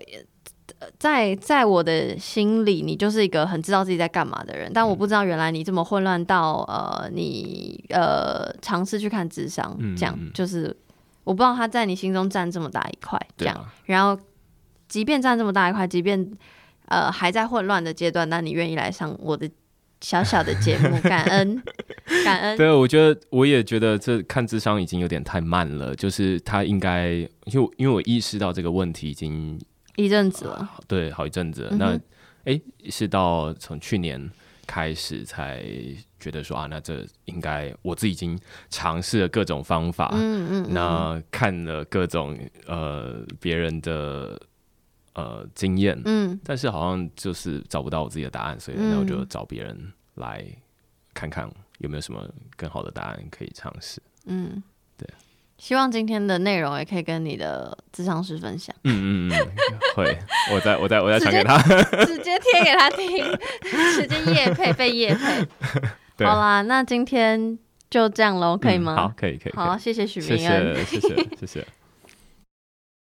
C: 呃在在我的心里，你就是一个很知道自己在干嘛的人，
D: 嗯
C: 但我不知道原来你这么混乱到呃，你呃尝试去看智商，
D: 嗯
C: 这样
D: 嗯
C: 就是我不知道他在你心中占这么大一块，这
D: 对
C: 样。
D: 啊，
C: 然后即便占这么大一块，即便呃还在混乱的阶段，那你愿意来上我的小小的节目，感 恩感恩。
D: 对，啊我觉得我也觉得这看智商已经有点太慢了，就是他应该，因为我因为我意识到这个问题已经
C: 一阵子了，
D: 对好一阵子了。
C: 嗯
D: 那
C: 哼
D: 诶，是到从去年开始才觉得说啊，那这应该我自己已经尝试了各种方法，
C: 嗯嗯，嗯
D: 那看了各种呃别人的呃经验，
C: 嗯
D: 但是好像就是找不到我自己的答案，所以那我就
C: 嗯
D: 找别人来看看有没有什么更好的答案可以尝试。
C: 嗯，
D: 对。
C: 希望今天的内容也可以跟你的智商师分享，
D: 嗯嗯嗯， 会，我再我再我再
C: 直
D: 传给
C: 接
D: 他。
C: 直接贴给他听，直接夜配被夜配。
D: 对，
C: 好啦，那今天就这样喽，可以
D: 嗯
C: 吗？
D: 好，可以可以。可以
C: 嗯好，谢谢许
D: 谢
C: 明恩。
D: 谢谢谢谢谢。